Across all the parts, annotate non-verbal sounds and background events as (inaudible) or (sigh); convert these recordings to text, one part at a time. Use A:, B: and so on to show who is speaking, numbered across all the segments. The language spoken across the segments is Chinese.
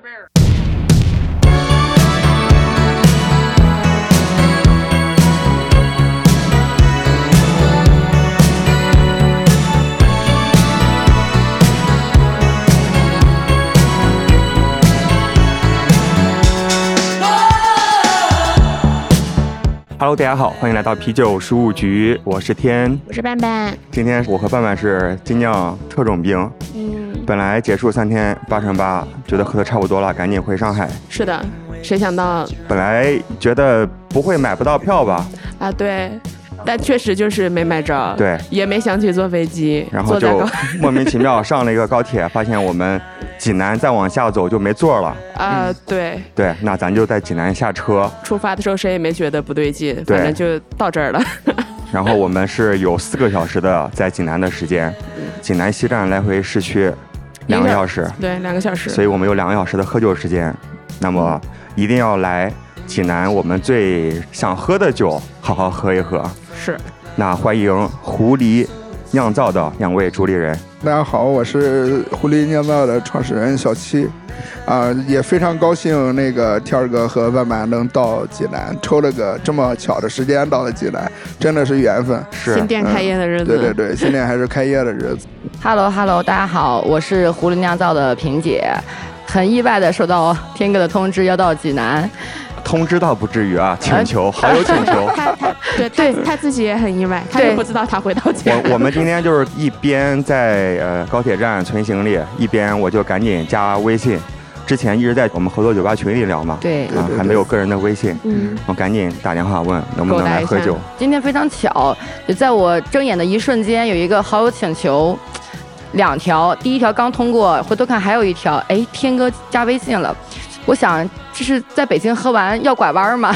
A: bear.
B: Hello，大家好，欢迎来到啤酒事务局，我是天。
C: 我是半半，
B: 今天我和伴伴是精酿特种兵，
C: 嗯，
B: 本来结束三天八乘八，觉得喝的差不多了，赶紧回上海。
C: 是的，谁想到
B: 本来觉得不会买不到票吧，
C: 啊？对，但确实就是没买着，
B: 对，
C: 也没想起坐飞机，
B: 然后
C: 坐在
B: 就
C: 高
B: (laughs) 莫名其妙上了一个高铁，发现我们济南再往下走就没座了。
C: 啊，对，
B: 对，那咱就在济南下车。
C: 出发的时候谁也没觉得不对劲，
B: 对
C: 反正就到这儿了， (laughs)
B: 然后我们是有四个小时的在济南的时间，济南西站来回市区两个小时，
C: 对，两个小时，
B: 所以我们有两个小时的喝酒时间。那么一定要来济南，我们最想喝的酒，好好喝一喝。
C: 是
B: 那欢迎狐狸酿造的两位主理人，
D: 大家好，我是狐狸酿造的创始人小七，啊、也非常高兴那个天儿哥和万万能到济南，抽了个这么巧的时间到了济南，真的是缘分。
C: 新
B: 是嗯
C: 店开业的日子，
D: 对对对，新店还是开业的日子，
E: Hello Hello，大家好，我是狐狸酿造的萍姐，很意外的收到天哥的通知要到济南，
B: 通知倒不至于啊，请求好友请求。
C: 他他对对他自己也很意外，他
E: 对
C: 也不知道他回到家，
B: 我我们今天就是一边在呃高铁站存行李，一边我就赶紧加微信。之前一直在我们合作酒吧群里聊嘛，
E: 对
D: 对
B: 啊，还没有个人的微信，
C: 嗯，
B: 我赶紧打电话问能不
C: 勾
B: 能
C: 搭
B: 来
C: 一
B: 喝
C: 下
B: 酒。
E: 今天非常巧，就在我睁眼的一瞬间，有一个好友请求。两条，第一条刚通过，回头看还有一条，哎，天哥加微信了，我想这是在北京喝完要拐弯吗？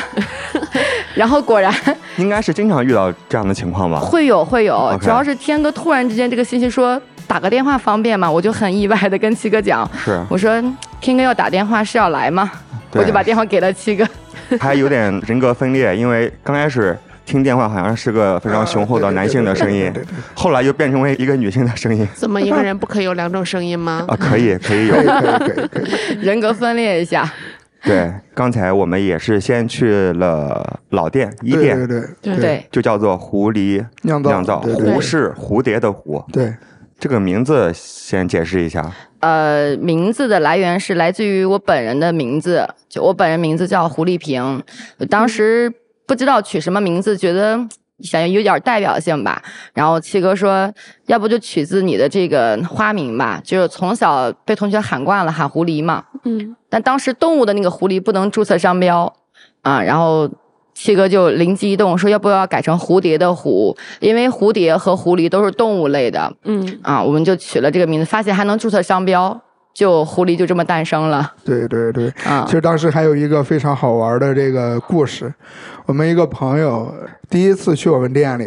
E: 然后果然
B: 应该是经常遇到这样的情况吧？
E: 会有会有
B: OK
E: 主要是天哥突然之间这个信息说打个电话方便吗？我就很意外的跟七哥讲，
B: 是，
E: 我说天哥要打电话是要来吗？
B: 对
E: 我就把电话给了七哥。
B: (laughs) 还有点人格分裂，因为刚开始听电话好像是个非常雄厚的
D: 啊对对
B: 男性的声音
D: 对对对对对，
B: 后来又变成为一个女性的声
D: (laughs)
B: 音
C: 怎么一个人不可以有两种声音吗？
B: 啊，可以可以有
D: 可以。可以可以可以。
E: 人格分裂一下，
B: 对，刚才我们也是先去了老店一
D: 对
B: 店
D: 对，对
C: 对
E: 对，
B: 就叫做狐狸
D: 酿造
B: 酿造，
D: 对
B: 狐是蝴蝶的狐，
D: 对
B: 这个名字先解释一
D: 啊
B: 下。
E: 呃，名字的来源是来自于我本人的名字，就我本人名字叫胡丽萍，我当时不知道取什么名字，觉得嗯想有点代表性吧。然后七哥说，要不就取自你的这个花名吧，就是从小被同学喊惯了，喊狐狸嘛。
C: 嗯，
E: 但当时动物的那个狐狸不能注册商标啊，然后七哥就灵机一动说，要不要改成蝴蝶的蝴，因为蝴蝶和狐狸都是动物类的
C: 嗯，
E: 啊，我们就取了这个名字，发现还能注册商标，就狐狸就这么诞生了
D: 对对对，
E: 啊
D: 其。实当时还有一个非常好玩的这个故事，我们一个朋友第一次去我们店里，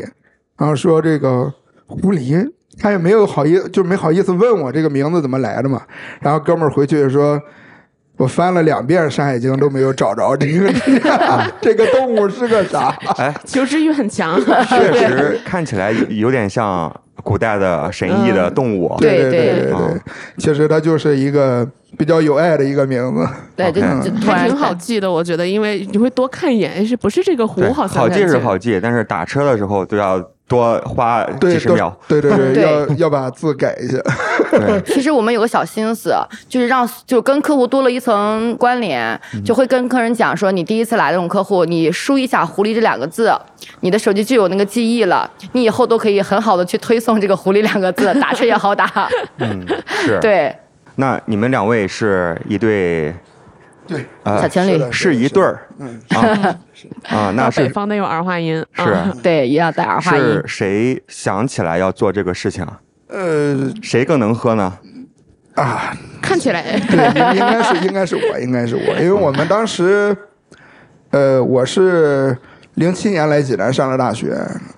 D: 然后说这个狐狸，他也没有好意，就没好意思问我这个名字怎么来的嘛。然后哥们儿回去说。我翻了两遍《山海经》都没有找着这个 (laughs) 这个动物是个啥，
B: 哎，
C: 求知欲很 (laughs) 强，
B: 确实看起来有点像古代的神异的动物。
E: 对
D: (laughs) 嗯对对
B: 对
D: 对，其实它就是一个比较有爱的一个名字。
E: 对，就
B: OK
E: 就突
C: 还
E: 然
C: 挺好记的，我觉得，因为你会多看一眼，哎是不是这个
B: 对
C: 湖好像
B: 好
C: 感
B: 记是
C: 觉
B: 好记，但是打车的时候就要多花
D: 对，
B: 几十秒。
D: 都对对对，
E: 对
D: 要要把字改一下。
B: 对，
E: 其实我们有个小心思，就是让就跟客户多了一层关联，
D: 嗯
E: 就会跟客人讲说，你第一次来的这种客户，你输一下“狐狸”这两个字，你的手机就有那个记忆了，你以后都可以很好的去推送这个“狐狸”两个字，打车也
D: (laughs)
E: 好打。
B: 嗯，是。
E: 对，
B: 那你们两位是一对，
D: 对，
B: 呃
E: 小，情侣
D: 是的
B: 是一对儿
D: 嗯， (laughs)
B: 啊啊，那
C: 到北
B: 是
C: 方得有儿化音，啊
B: 是
E: 对，一定要带儿化音
B: 是。谁想起来要做这个事情啊？
D: 呃
B: 谁更能喝呢？
D: 啊，
C: 看起来
D: 对， (laughs) 应应该是应该是我，应该是我，因为我们当时，呃，我是零七年来济南上的大学，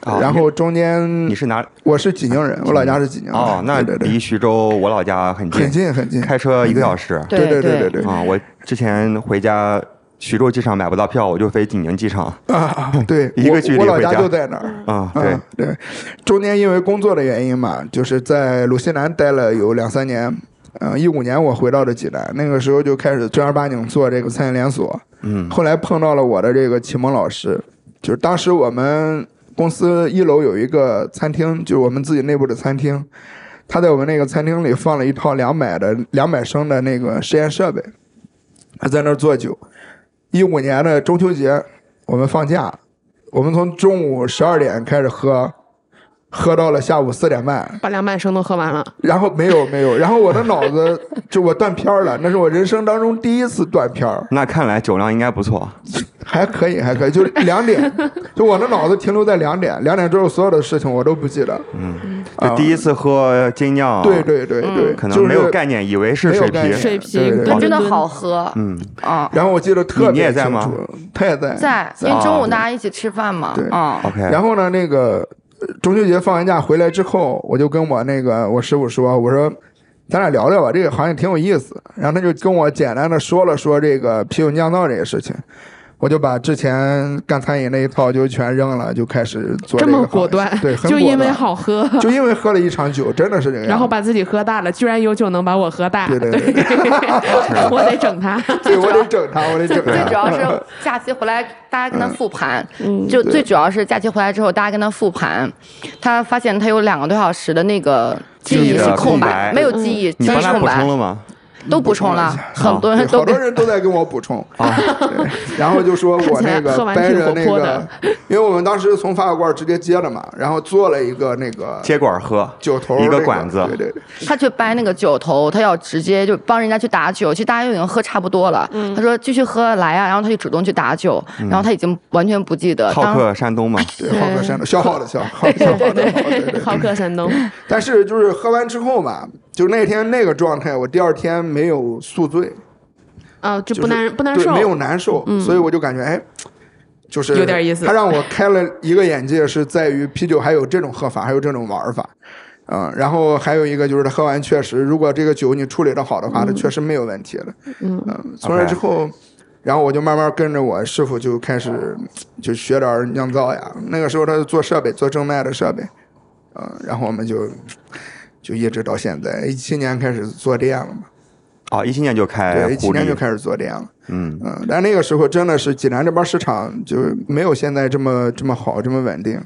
B: 哦
D: 然后中间
B: 你是哪？
D: 我是济宁人，我老家是济宁的
B: 哦，那
D: 啊对对
B: 离
D: 对，
B: 徐州我老家很
D: 很
B: 近，
D: 近很近，
B: 开车一个小时。
D: 对对对
E: 对
D: 对
B: 啊，我之前回家徐州机场买不到票，我就飞济宁机场。
D: 啊， (laughs) 对，
B: 一个
D: 我
B: 距离
D: 我老
B: 回
D: 家
B: 家
D: 就在那儿。
B: 啊，对
D: 嗯，，对，中间因为工作的原因嘛，就是在鲁西南待了有两三年，呃，一五年我回到了济南，那个时候就开始正儿八经做这个餐饮连锁。
B: 嗯
D: 后来碰到了我的这个启蒙老师，就是当时我们公司一楼有一个餐厅，就是我们自己内部的餐厅，他在我们那个餐厅里放了一套两百的两百升的那个实验设备，他在那儿做酒。一五年的中秋节，我们放假，我们从中午十二点开始喝，喝到了下午四点半，
C: 把两百升都喝完
D: (laughs)
C: 了，
D: 然后没有没有，然后我的脑子 (laughs) 就我断片儿了，那是我人生当中第一次断片儿，
B: 那看来酒量应该不错。
D: 还可以还可以，就是两点，就我的脑子停留在两点，两点之后所有的事情我都不记得，
B: 啊就第一次喝金酿，
D: 嗯对，对对对，
B: 嗯可
D: 就
B: 能没有
D: 是
B: 概念，以为是
D: 没有
B: 水
D: 概念
B: 啤。
C: 水
D: 对
C: 皮
D: 对对
E: 但真的好，喝，
B: 嗯，
E: 嗯，
D: 然后我记得特
B: 你也
D: 别
B: 在
D: 清
B: 吗
D: 楚，他也在，
E: 在，因
D: 在
E: 为中午
B: 哦
E: 大家一起吃饭嘛，
D: 啊对
E: 嗯，
B: OK，
D: 然后呢，那个呃中秋节放完假回来之后，我就跟我那个我师傅说，我说咱俩聊聊吧，这个行业挺有意思。然后他就跟我简单的说了说这个啤酒酿造这个事情，我就把之前干餐饮那一套就全扔了，就开始做
C: 这
D: 个
C: 么
D: 行
C: 果
D: 业
C: 断，
D: 对，很
C: 就
D: 果
C: 因为
D: 断，
C: 好 (laughs) 喝，
D: 就因为喝了一场酒，真的是这个样子。
C: 然后把自己喝大了，居然有酒能把我喝大，
D: 对对对
C: (laughs) 我得整他。
D: 对我得整他，我得整
E: (laughs) 最主
D: 他。
E: 要是假期回来，大家跟他复盘，
C: 嗯
E: 就最主要是假期回来之后，大家跟他复盘，他发现他有两个多小时的那个记
B: 记忆
E: 忆
B: 的
E: 是空
B: 空
E: 白
B: 白，嗯
E: 没有记忆，
B: 你
E: 真
B: 帮
E: 是
B: 他
E: 空
B: 补充
E: 白，
B: 了吗？
E: 都补充了，很多
D: 啊
B: 嗯
D: 对
E: 人
D: 好
E: 都
D: 多人都在跟我补充，
B: 啊，
D: (laughs) 然后就说我那
C: 看起来
D: 个
C: 喝完
D: 掰着那
C: 挺活泼
D: 个
C: 的，
D: (laughs) 因为我们当时从发酵罐直接接的嘛，然后做了一个那个
B: 接管喝，
D: 酒头儿
B: 一
D: 那
B: 个
D: 个
B: 管子
D: 对对对，
E: 他去掰那个酒头，他要直接就帮人家去打酒，其实大家就已经喝差不多了。他说继续喝来啊，然后他就主动去打酒，
B: 嗯
E: 然后他已经完全不记得。
B: 好
E: 当
B: 客山东嘛。
D: 对，好客山东，消耗的消耗，消耗的消耗， (laughs) 对对对。
C: (laughs) 好客山东，
D: 但是就是喝完之后吧，就那天那个状态，我第二天没有宿醉，
C: 啊，就
D: 就
C: 不难
D: 是
C: 不难
D: 对
C: 受，哦嗯
D: 没有难受，所以我就感觉哎，就是
C: 有点意思
D: 他让我开了一个眼界，是在于啤酒还有这种喝法，还有这种玩法。嗯，然后还有一个就是，它喝完确实，如果这个酒你处理的好的话，它确实没有问题的。
C: 嗯
D: 嗯，从那之后，然后我就慢慢跟着我师傅就开始就学点儿酿造呀。那个时候他是做设备，做正麦的设备，嗯，然后我们就就一直到现在，一七年开始做店了嘛，
B: 哦，一七年就开
D: 对，一七
B: 狐
D: 年就
B: 狸，
D: 开始做店了，
B: 嗯，
D: 嗯，但那个时候真的是济南这边市场就没有现在这么这么好，这么稳定。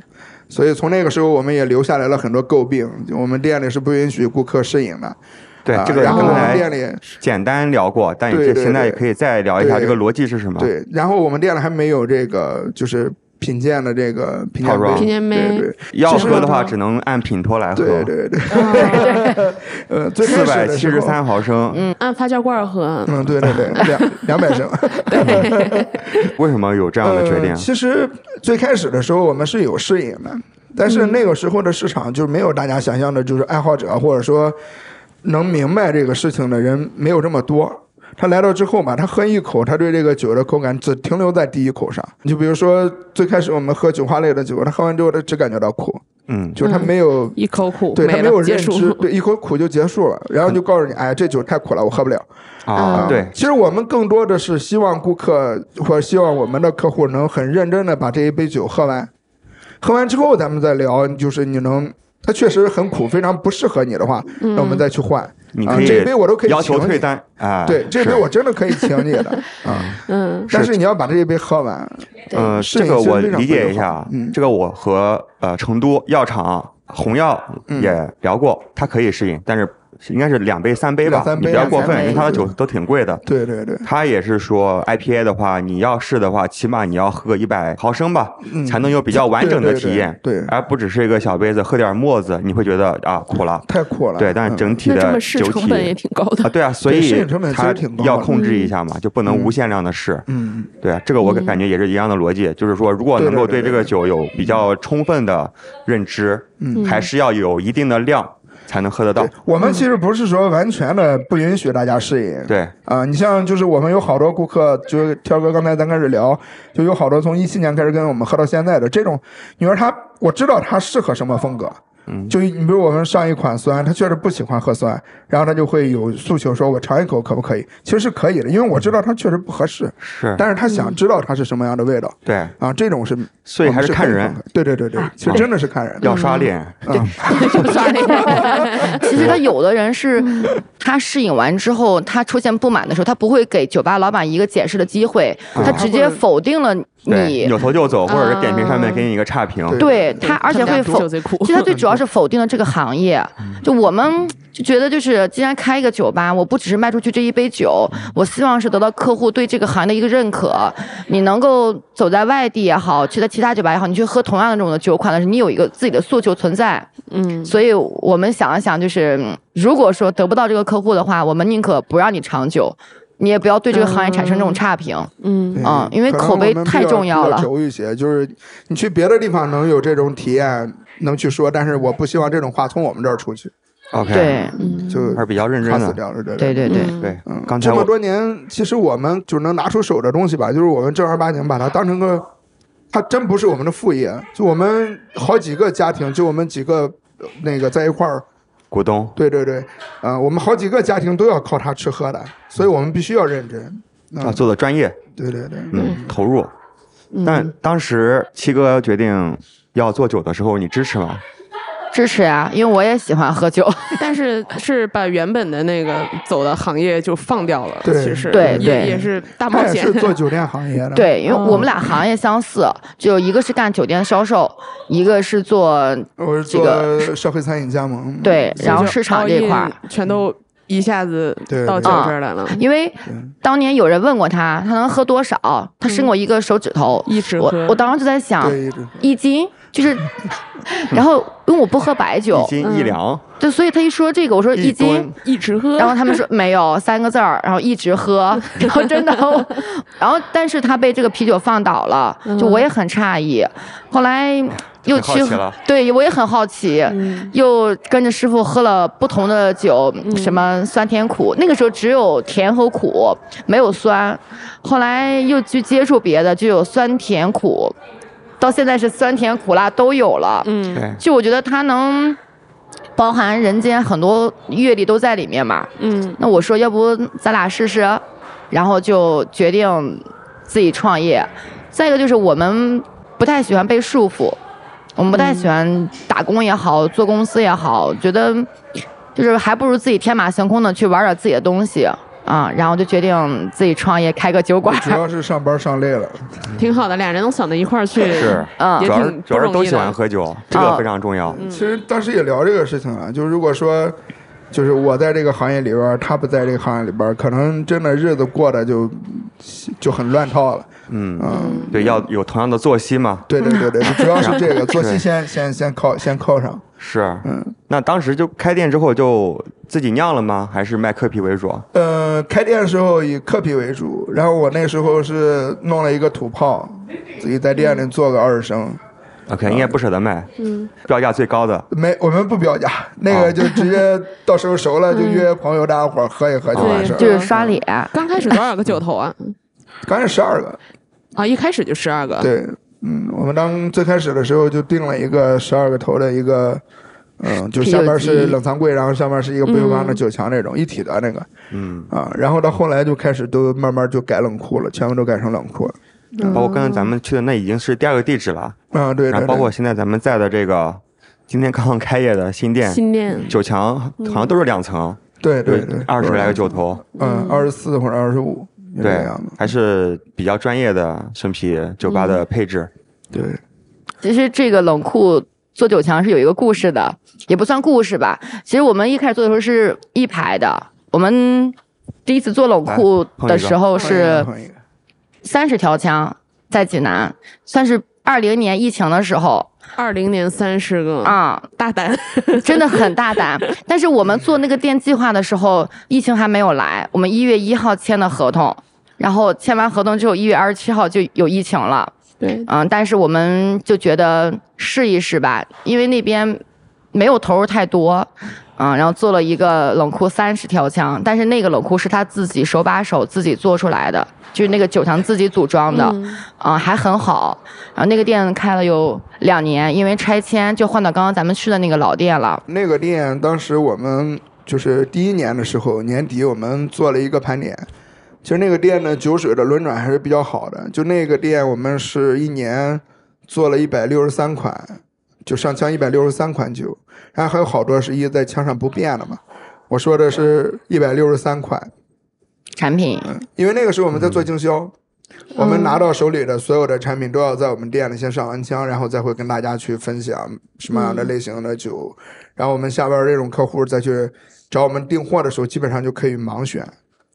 D: 所以从那个时候，我们也留下来了很多诟病。就我们店里是不允许顾客试饮的，
B: 对
D: 啊，
B: 这个
D: 然后
B: 刚
D: 我
B: 才
D: 们店里
B: 简单聊过，但你
D: 对
B: 这
D: 对
B: 现在
D: 对
B: 也可以再聊一下
D: 对
B: 这个逻辑是什么？，
D: 对，然后我们店里还没有这个就是品鉴的这个品
B: 套
D: 鉴杯
B: 装，
C: 品鉴杯
D: 对对
B: 要
C: 就是
B: 喝的话
C: 说
B: 只能按品托来喝，
D: 对对对， (laughs) 呃，最
B: 四
D: 开
B: 百
D: 始
B: 七十
D: 的时候，
B: 三毫升。
C: 按发酵罐儿喝，
D: 嗯，对对对，两两百
B: (laughs)
D: 升
B: 为什么有这样的决定
D: 呃。？其实最开始的时候，我们是有试饮的，但是那个时候的市场就没有大家想象的，就是爱好者或者说能明白这个事情的人没有这么多。他来到之后嘛，他喝一口，他对这个酒的口感只停留在第一口上。就比如说最开始我们喝酒花类的酒，他喝完之后他只感觉到苦，
B: 嗯，
D: 就是他没有
C: 一口苦
D: 对他
C: 没
D: 没有
C: 了，
D: 认
C: 结
D: 知，
C: 束。
D: 对一口苦就结束了，然后就告诉你，哎，这酒太苦了，我喝不了。
B: 啊，
C: 嗯
B: 对，
D: 其实我们更多的是希望顾客或者希望我们的客户能很认真的把这一杯酒喝完，喝完之后咱们再聊，就是你能。它确实很苦，非常不适合你的话，那我们再去换。
B: 你
D: 啊
B: 可以
D: 这一杯我都可以
B: 要求
D: 请
B: 退
D: 你
B: 单啊。 (laughs)
D: 对，这
B: 是
D: 杯我真的可以请你的啊，
C: 嗯，
D: 但是你要把这一杯喝完。
B: 呃，
D: 是
B: 这个
D: 一些
B: 我
D: 非常
B: 理
D: 非
B: 解
D: 常
B: 一下
D: 好
B: 啊，
D: 嗯
B: 这个我和呃成都药厂红药
D: 嗯
B: 也聊过，它可以适应，但是应该是两杯三杯吧
D: 两，三
B: 你
D: 杯嗯
B: 不要
D: 两
B: 过
E: 三
B: 分，因为
E: 杯
B: 它的酒都挺贵的。
D: 对对对，
B: 他也是说 IPA 的话，你要试的话，起码你要喝个一百毫升吧，
D: 嗯
B: 才能有比较完整的
D: 对对对
B: 体验，
D: 对
B: 而不只是一个小杯子，喝点沫子，你会觉得啊苦了，
D: 太苦了。
B: 对，但是
D: 嗯
B: 整体
C: (laughs) 那这
B: 的
C: 么试
B: 酒
C: 成
B: 体
C: 本也挺高
D: (laughs)
B: 啊，
C: 的，
B: 对啊，所
D: 对适
B: 以
D: 应成本其
B: 它
D: 实挺高的
B: 要控制一下嘛，就不能无限量的试。
D: 嗯，
B: 对啊，这个我感觉也是一样的逻辑，就是说，如果能够
D: 对
B: 对
D: 对
B: 这
D: 对
B: 个酒有比较充分的认知，
D: 嗯
B: 还是要有一定的量才能喝得到
D: 对。，我们其实不是说完全的不允许大家试饮。
B: 对，
D: 啊、你像就是我们有好多顾客，就是挑哥刚才咱开始聊，就有好多从一七年开始跟我们喝到现在的这种，你说他，我知道他适合什么风格，
B: 嗯
D: 就你比如我们上一款酸，他确实不喜欢喝酸，然后他就会有诉求说，我尝一口可不可以？其实是可以的，因为我知道它确实不合适，
B: 是，
D: 但是他想知道它是什么样的味道
B: 对，
D: 啊，这种是
B: 所以还是看人，。啊
D: 对对对对，其实真的是看人的。
B: 要刷脸，
D: 嗯
E: 刷脸。 (laughs) 其实他有的人是，他试饮完之后，他出现不满的时候，他不会给酒吧老板一个解释的机会，他直接否定了
B: 对，
E: 你。
B: 扭头就走，或者是点评上面
C: 啊
B: 给你一个差评，
D: 对
E: 对他，而且会否
C: 酒贼苦，
E: 其实它最主要是否定了这个行业。就我们就觉得，就是既然开一个酒吧，我不只是卖出去这一杯酒，我希望是得到客户对这个行业的一个认可。你能够走在外地也好，去在其他酒吧也好，你去喝同样的这种的酒款的时候，你有一个自己的诉求存在。
C: (laughs) 嗯，
E: 所以我们想一想，就是嗯如果说得不到这个客户的话，我们宁可不让你长久。你也不要对这个行业产生这种差评，
C: 嗯，
E: 嗯因为
D: 可能
E: 口碑
D: 我们比
E: 太
D: 较
E: 重要
D: 比较
E: 了
D: 轴一些，就是你去别的地方能有这种体验，能去说，但是我不希望这种话从我们这儿出去，
B: ，OK，，
E: 对，
D: 就
B: 还是比较认真
D: 卡死
B: 的。
D: 掉了。
E: 嗯对对对，
C: 嗯
B: 嗯对
D: 嗯，，
B: 刚才
D: 这么
B: 我
D: 多年，其实我们就能拿出手的东西吧，就是我们正儿八经把它当成个，它真不是我们的副业。就我们好几个家庭，就我们几个呃那个在一块儿，
B: 股东
D: 对对对，呃，我们好几个家庭都要靠它吃喝的，所以我们必须要认真。
B: 啊
D: 啊，
B: 做的专业，
D: 对对对，
B: 嗯，投入。
C: 嗯
B: 但当时七哥决定要做酒的时候，你支持吗？
E: 支持呀、因为我也喜欢喝酒。
C: 但是是把原本的那个走的行业就放掉了，
D: 对
C: 其实
E: 对
C: 也
E: 对
C: 也是大冒
D: 他也
C: 险
D: 是，做酒店行业的，，
E: (laughs) 对，因为我
C: 嗯
E: 们俩行业相似，就一个是干酒店销售，一个是做
D: 我是
E: 这个
D: 做社会餐饮加盟，嗯
E: 对然后
C: 就是
E: 市场
C: all
E: 这一块儿嗯
C: in 全都一下子
D: 对
C: 到
D: 对
C: 酒这儿来了，
E: 因为当年有人问过他，他能喝多少？他伸过一个手指头，
C: 一直
E: 我
C: 喝
E: 我当时就在想，
D: 对，一直
E: 一斤就是， (laughs) 然后因为我不喝白酒
B: 一，斤
C: 嗯
B: 一两，
E: 对，所以他一说这个，我说一斤
B: 吨，，
C: 一
B: (laughs)
C: 直喝，
E: 然后他们说没有三个字儿，然后一直喝，然后真的，我然后但是他被这个啤酒放倒了，就我也很诧异，后来又
B: 嗯好奇
E: 去
B: 了，嗯
E: 对我也很好奇，又跟着师傅喝了不同的酒，什么酸甜苦，那个时候只有甜和苦，没有酸，后来又去接触别的，就有酸甜苦，到现在是酸甜苦辣都有了，
C: 嗯
B: 对，
E: 就我觉得它能包含人间很多阅历都在里面嘛。
C: 嗯
E: 那我说，要不咱俩试试？然后就决定自己创业。再一个就是我们不太喜欢被束缚，我们不太喜欢打工也好，做公司也好，觉得就是还不如自己天马行空的去玩点自己的东西啊。然后就决定自己创业，开个酒馆。
D: 主要是上班上累了，
C: 挺好的，俩人能想到一块儿去，
B: 是，
E: 嗯
B: 主
C: 也
B: 要是
C: 挺
B: 主
C: 不
B: 要是
C: 容
B: 都
C: 易
B: 喜欢
C: 的，啊嗯
B: 喝酒，这个非常重要。
D: 其实当时也聊这个事情了，就是如果说，就是我在这个行业里边儿，他不在这个行业里边儿，可能真的日子过得就就很乱套了。
B: 嗯，
D: 嗯，
B: 对，要有同样的作息嘛。
D: 对对对对，主要是这个作息
B: 对
D: 先先先靠先靠上。
B: 是，
D: 嗯，
B: 那当时就开店之后就自己酿了吗？还是卖客啤为主？啊
D: 呃，开店的时候以客啤为主，然后我那时候是弄了一个土炮，自己在店里做个二十升，
B: OK，应该不舍得卖，嗯，标价最高的，
D: 没我们不标价，那
B: 哦
D: 个就直接到时候熟
E: (laughs)
D: 了就约朋友大家伙儿喝一喝就完事儿
E: 嗯就
D: 了。
E: 是刷脸，
C: 刚开始多少个酒头啊？
D: 刚才十二个，
C: 啊，一开始就十二个，
D: 对，嗯，我们当最开始的时候就定了一个十二个头的一个，嗯，就
E: 啤
D: 下
E: 酒
D: 边是
E: 机嗯
D: 冷藏柜，然后上面是一个不锈钢的酒墙那种、一体的那个
B: 嗯，
D: 啊。然后到后来就开始都慢慢就改冷库了，全部都改成冷库了。
B: 包括刚才咱们去的那已经是第二个地址了，
D: 啊，嗯对
B: 然
D: 对
B: 后
D: 对，
B: 包括现在咱们在的这个今天刚刚开业的新店
C: 新
E: 嗯
C: 店，
B: 九强，好像都是两层，
D: 对嗯对
B: 就是
D: 对，
B: 二十来个酒头，
D: 嗯，二十四或者二十五这
B: 对
D: 样的，，
B: 还是比较专业的生啤酒吧
D: 嗯
B: 的配置，
D: 对，
E: 其实这个冷库做酒墙是有一个故事的，也不算故事吧。其实我们一开始做的时候是一排的，我们第一次做冷库的时候是
D: 换一个
E: 三十条枪，在济南，算是二零年疫情的时候
C: 二零年三十个，
E: 啊、
C: 大胆，
E: 真的很大胆。但是我们做那个店计划的时候，疫情还没有来，我们一月一号签的合同，然后签完合同之后，一月二十七号就有疫情了。
C: (laughs) 对，
E: 嗯，但是我们就觉得试一试吧，因为那边没有投入太多，啊、然后做了一个冷库三十条枪，但是那个冷库是他自己手把手自己做出来的，就是那个酒厂自己组装的，啊、
C: 嗯
E: 还很好。然后那个店开了有两年，因为拆迁就换到刚刚咱们去的那个老店了。
D: 那个店当时我们就是第一年的时候，年底我们做了一个盘点。其实那个店的酒水的轮转还是比较好的，就那个店我们是一年做了一百六十三款，就上枪一百六十三款酒，然后还有好多是一在枪上不变的嘛。我说的是一百六十三款，
E: 产品
D: 因为那个时候我们在做经销，
C: 嗯
D: 我们拿到手里的所有的产品都要在我们店里先上完枪，然后再会跟大家去分享什么样的类型的酒，
C: 嗯
D: 然后我们下边这种客户再去找我们订货的时候，基本上就可以盲选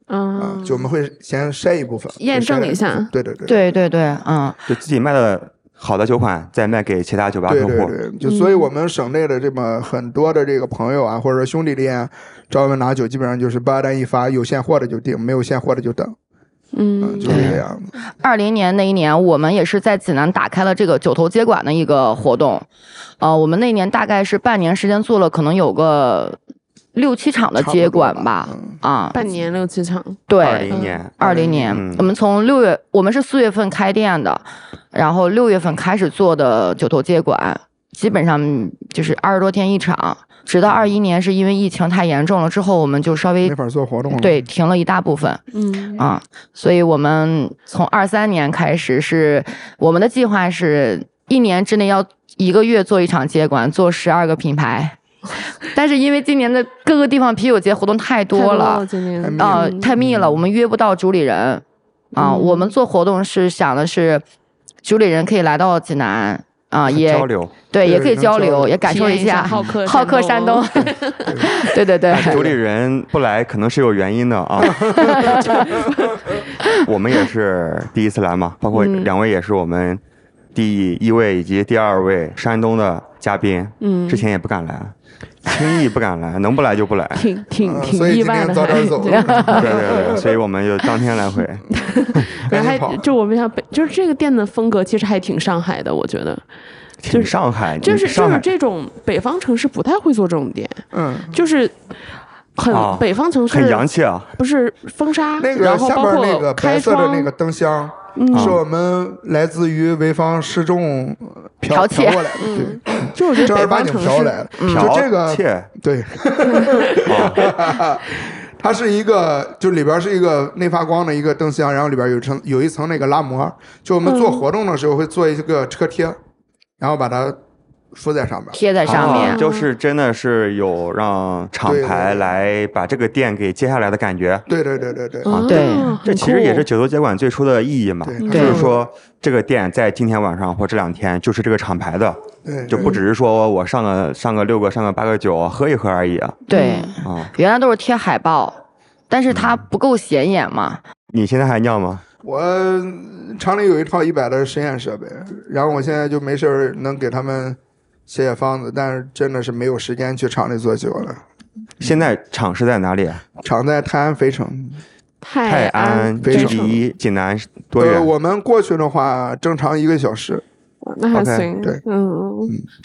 D: 啊、
C: 嗯，
D: 就我们会先筛一部分，
C: 验
D: 就筛
C: 证一下
D: 对对对
E: 对对对，嗯，
B: 就自己卖的好的酒款再卖给其他酒吧客
D: 对
B: 户。
D: 对对，就
C: 嗯
D: 所以我们省内的这么很多的这个朋友啊，或者说兄弟店啊找我们拿酒，基本上就是八单一发，有现货的就订，没有现货的就等，嗯，
C: 嗯，
D: 就是这样子。
E: 二零年那一年，我们也是在济南打开了这个九头接管的一个活动，呃，我们那年大概是半年时间做了可能有个六七场的
D: 差不
E: 接
D: 多
E: 管
D: 吧
E: 吧，
D: 嗯
E: 啊，
C: 半年六七场，
B: 二
E: 对，
B: 零年，
E: 二零年，
B: 嗯
E: 我们从六月，我们是四月份开店的，然后六月份开始做的九头接管，基本上就是二十多天一场，直到二一年是因为疫情太严重了之后，我们就稍微
D: 没法做活动了。
E: 对停了一大部分。
C: 嗯
E: 啊、所以我们从二三年开始是我们的计划是一年之内要一个月做一场接管，做十二个品牌。但是因为今年的各个地方啤酒节活动太多了，
C: 今年
D: 太密
E: 啊、
C: 嗯
E: 太密了，我们约不到主理人啊、
C: 嗯
E: 我们做活动是想的是，主理人可以来到济南啊、
D: 嗯
E: 也
B: 交流，
E: 对，也
D: 对
E: 可以
D: 能
E: 交
D: 交
E: 流，
D: 流
E: 也感受
C: 体验一下好客
E: 客好
C: 山
E: 山
C: 东
E: 东， (laughs) 对
B: (laughs)
E: 对对
B: 但，是主理人不来可能是有原因的啊。 (laughs) 我们也是第一次来嘛，包括
C: 嗯
B: 两位也是我们第一位以及第二位山东的嘉宾，
C: 嗯
B: 之前也不敢来，啊轻易不敢来，能不来就不来。 (laughs)
C: 挺挺
D: 嗯
C: 挺
D: 所以
C: 意
D: 今
C: 外
D: 天
C: 的，
D: 早点
C: 还
D: 走，
C: 对
B: 对对对，所以我们就当天来
C: (laughs)
B: 回。
C: 然后
D: 赶紧跑
C: 还就我们想北，就是这个店的风格其实还挺上海的，我觉得，
B: 挺上海，
C: 就是
B: 嗯上
C: 就是
B: 海
C: 这种北方城市不太会做这种店，
D: 嗯，
C: 就是很、
B: 啊
C: 北方城市
B: 很洋气啊，
C: 不是风沙，
D: 那
C: 然
D: 个
C: 后
D: 下
C: 包
D: 边那
C: 括
D: 个
C: 开
D: 白色的
C: 窗，
D: 那个灯箱，
C: 嗯，
D: 是我们来自于潍坊市中呃
E: 剽
D: 嫖
E: 窃
D: 嫖过来的，对，
C: 嗯就我觉得
D: 正
C: 北
D: 儿八
C: 方
D: 经
C: 城
D: 嫖
C: 市嗯
D: 来的。
B: 剽
D: 就这个
B: 窃
C: (laughs)
D: 对，
B: 啊，
D: 它是一个，就里边是一个内发光的一个灯箱，然后里边有一层有一层那个拉膜，就我们
C: 嗯
D: 做活动的时候会做一个车贴，然后把它敷在上面。
E: 贴在上面
B: 啊，就是真的是有让厂牌
D: 对对对
B: 来把这个店给接下来的感觉。
D: 对对对对对，
C: 啊
E: 对
B: 这其实也是九头接管最初的意义嘛，
D: 对
B: 就
D: 对
B: 是说这个店在今天晚上或这两天就是这个厂牌的，
D: 对
B: 就不只是说我上个上个六个上个八个九喝一喝而已啊。
E: 对，
C: 嗯
B: 啊
E: 原来都是贴海报，但是
D: 嗯
E: 它不够显眼嘛，
B: 你现在还酿吗？
D: 我厂里有一套一百的实验设备，然后我现在就没事儿能给他们写写方子，但是真的是没有时间去厂里做酒了。
B: 现在厂是在哪里？啊
D: 厂在泰安肥城，
C: 泰
B: 泰安，
D: 非
B: 距
D: 常
B: 离济南多
D: 呃，
B: 远？
D: 我们过去的话正常一个小时，
C: 那还
B: OK，
C: 行，
D: 对
C: 嗯，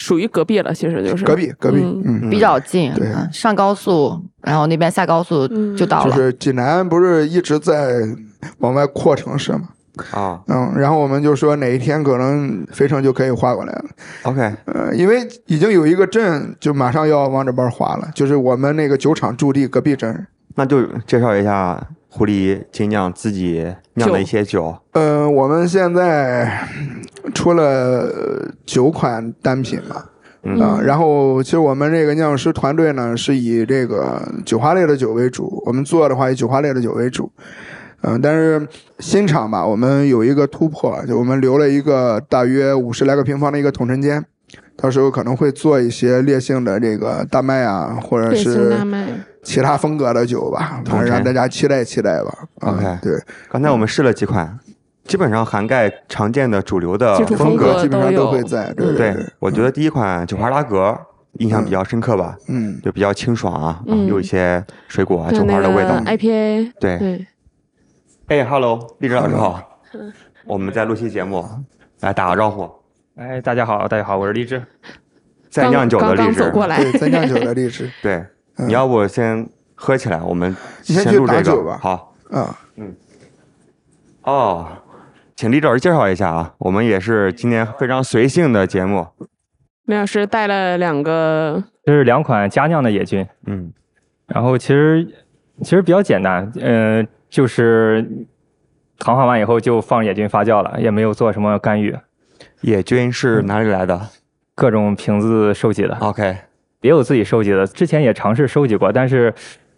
C: 属于隔壁了，其实就是
D: 隔壁隔壁，
C: 嗯
D: 嗯，
E: 比较近，
D: 对
E: 嗯上高速，然后那边下高速
C: 嗯
E: 就到
D: 就
E: 了。
D: 是济南不是一直在往外扩城市嘛，
B: 啊
D: 嗯，然后我们就说哪一天可能肥城就可以划过来了，
B: ，OK，
D: 呃，因为已经有一个镇就马上要往这边划了，就是我们那个酒厂驻地隔壁镇。
B: 那就介绍一下狐狸精酿自己酿的一些酒。
D: 呃，我们现在嗯出了呃九款单品嘛，
B: 嗯
D: 啊、然后其实我们这个酿酒师团队呢，是以这个酒花类的酒为主，我们做的话以酒花类的酒为主。嗯、但是新厂吧，我们有一个突破，就我们留了一个大约五十来个平方的一个统称间，到时候可能会做一些烈性的这个大麦啊，或者
C: 对，
D: 是
C: 新大麦，
D: 其他风格的酒吧，
B: 统
D: 反
B: 称
D: 正让大家期待期待吧。啊、
B: OK
D: 对，
B: 刚才我们试了几款，基本上涵盖常见的主流的
C: 基础
B: 风
C: 风
B: 格。
C: 格
D: 基本上
C: 都
D: 都
C: 有
D: 会在，对
C: 嗯
D: 对
B: 对，我觉得第一款酒花拉格印象比较深刻吧，
D: 嗯，
B: 就比较清爽啊，
C: 嗯
B: 啊有一些水果啊、
C: 对
B: 酒花的味道
C: 那。个 IPA，
B: 对，
C: 对，
B: 哎，Hello，荔枝老师好，我们在录期节目，来打个招呼。
A: 哎，大家好，大家好，我是荔枝。
B: 在酿酒的
C: 刚
B: 荔
C: 刚
B: 枝
C: 走，过来，
B: (laughs)
D: 对，在酿酒的荔枝。嗯
B: 对，你要不先喝起来，我们
D: 你先去
B: 录这
D: 打酒
B: 个
D: 吧
B: 好。
D: 啊，
B: 哦，请李老师介绍一下啊，我们也是今年非常随性的节目。
C: 李老师带了两个，
A: 这是两款佳酿的野菌，
B: 嗯，
A: 然后其实其实比较简单，呃，就是糖化完以后就放野菌发酵了，也没有做什么干预，
B: 野菌是哪里来的、
A: 各种瓶子收集的，
B: o k
A: 也有自己收集的，之前也尝试收集过，但是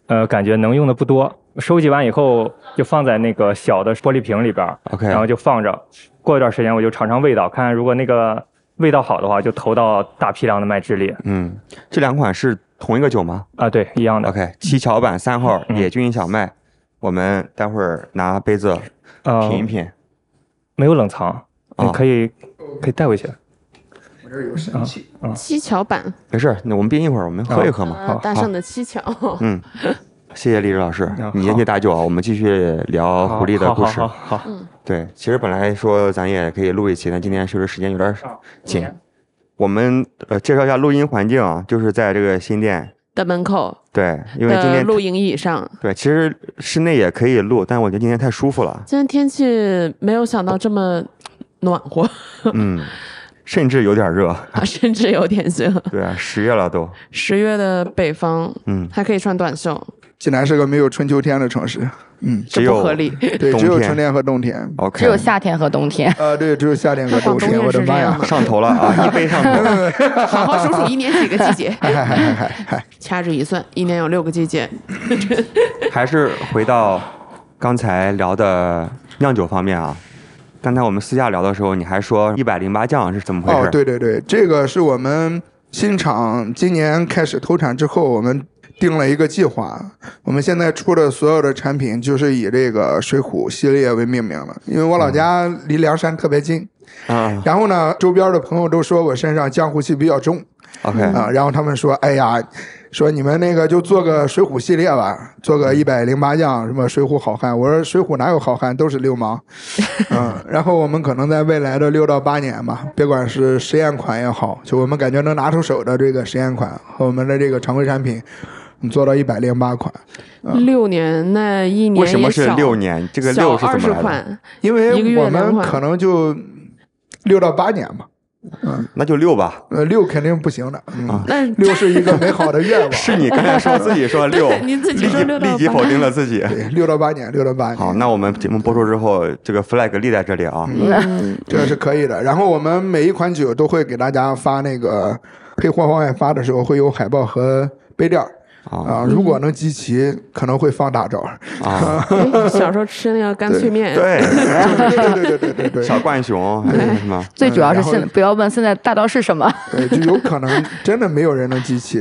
A: 呃，感觉能用的不多。收集完以后就放在那个小的玻璃瓶里边儿，
B: OK，
A: 然后就放着。过一段时间我就尝尝味道，看如果那个味道好的话，就投到大批量的麦汁里。
B: 嗯，这两款是同一个酒吗
A: 啊，对，一样的。
B: ？OK，七巧板三号
A: 嗯
B: 野菌小麦，我们待会儿拿杯子
A: 呃，
B: 品一品。
A: 没有冷藏，
B: 哦
A: 你可以可以带回去。
D: 我这有神器。
C: 七巧板，
B: 没事，那我们冰一会儿，我们喝一喝嘛。
C: 呃大圣的七巧，
B: 嗯，谢谢李志老师
A: 嗯，
B: 你先去打酒啊，我们继续聊狐狸的故事
A: 好。好好好
B: 对，其实本来说咱也可以录一期，但今天确实时间有点紧。我们呃介绍一下录音环境啊，就是在这个新店。
C: (laughs) 的门口
B: 对，因为今
C: 的
B: 天
C: 露营椅上。。
B: 对，其实室内也可以录，但我觉得今天太舒服了
C: 今天天气没有想到这么暖和，
B: (laughs)
C: (laughs)
B: 嗯，甚至有点热。
C: 啊甚至有点热。
B: 对
C: (laughs)
B: 啊，十月了都。
C: 十月的北方
B: 嗯，
C: 还可以穿短袖，
D: 济南是个没有春秋天的城市，嗯，
B: 只
C: 这
B: 有
C: 不合理。
D: 对，
B: 冬
D: 只有
B: 天
D: 春天和冬天。
B: OK，
E: 只有夏天和冬天。 (laughs)
D: 啊，对，只有夏天和
C: 那
D: 冬
C: 广东
D: 天。
C: 也
D: 我的
C: 是这
D: 妈
C: 样
D: 呀！
C: 吗？
B: 上
C: (laughs)
B: 头了啊，一杯上头。
C: 好好数数一年几个
B: (laughs)
C: 季节，
B: 哎
D: 嗨嗨嗨嗨嗨！
C: 掐指一算，一年有六个季节。
B: 还是回到刚才聊的酿酒方面啊。刚才我们私下聊的时候，你还说一百零八酱是怎么回事？
D: 哦，，对对对，这个是我们新厂今年开始投产之后，我们定了一个计划。我们现在出的所有的产品就是以这个《水浒》系列为命名的，因为
B: 嗯
D: 我老家离梁山特别近。
B: 啊
D: 然后呢，周边的朋友都说我身上江湖气比较重
B: ，OK，
D: 啊、然后他们说，哎呀。说你们那个就做个《水浒》系列吧，做个一百零八将，什么《水浒》好汉。我说《水浒》哪有好汉，都是
C: (laughs)
D: 流氓。嗯，然后我们可能在未来的六到八年吧，别管是实验款也好，就我们感觉能拿出手的这个实验款和我们的这个常规产品，我们做到一百零八款。
C: 六年那一年
B: 嗯为什么
C: 也
B: 是
C: 小
B: 六年？这个
C: 小
B: 六是
C: 二
B: 怎
C: 十
B: 么来的？
C: 款，
D: 因
C: 一个
D: 为
C: 月
D: 我
C: 两
D: 们
C: 款
D: 可能就六到八年吧，
B: 那就六
C: (laughs)
B: 吧。
D: 呃，六肯定不行的，嗯，
C: 那
D: 六是一个美好的愿望，
B: 啊 (laughs) 是你刚才说自己说六，
C: 你自己
B: 立
C: 说
B: 即
C: 六到
B: 立即
C: 八
B: 否定了自
C: (laughs)
B: 己。
D: 对，六到八年，六到八年，
B: 好，那我们节目播出之后，这个 flag 立在这里啊。
C: 嗯
D: 这是可以的。然后我们每一款酒都会给大家发那个配货往外发的时候会有海报和杯垫儿
B: 啊
D: 啊，如果能集齐，可能会放大
B: (laughs)
D: 招。
B: 啊！
C: 哎小时候吃那个干脆面，
B: (laughs) 对，
D: 对对对对对对
B: 小浣
C: (laughs)
B: 熊还是什么？
E: 最主要是
D: 嗯然后
E: 现不要问现在大招是
D: (laughs)
E: 什么，
D: 对，就有可能真的没有人能集
B: (laughs)
D: 齐。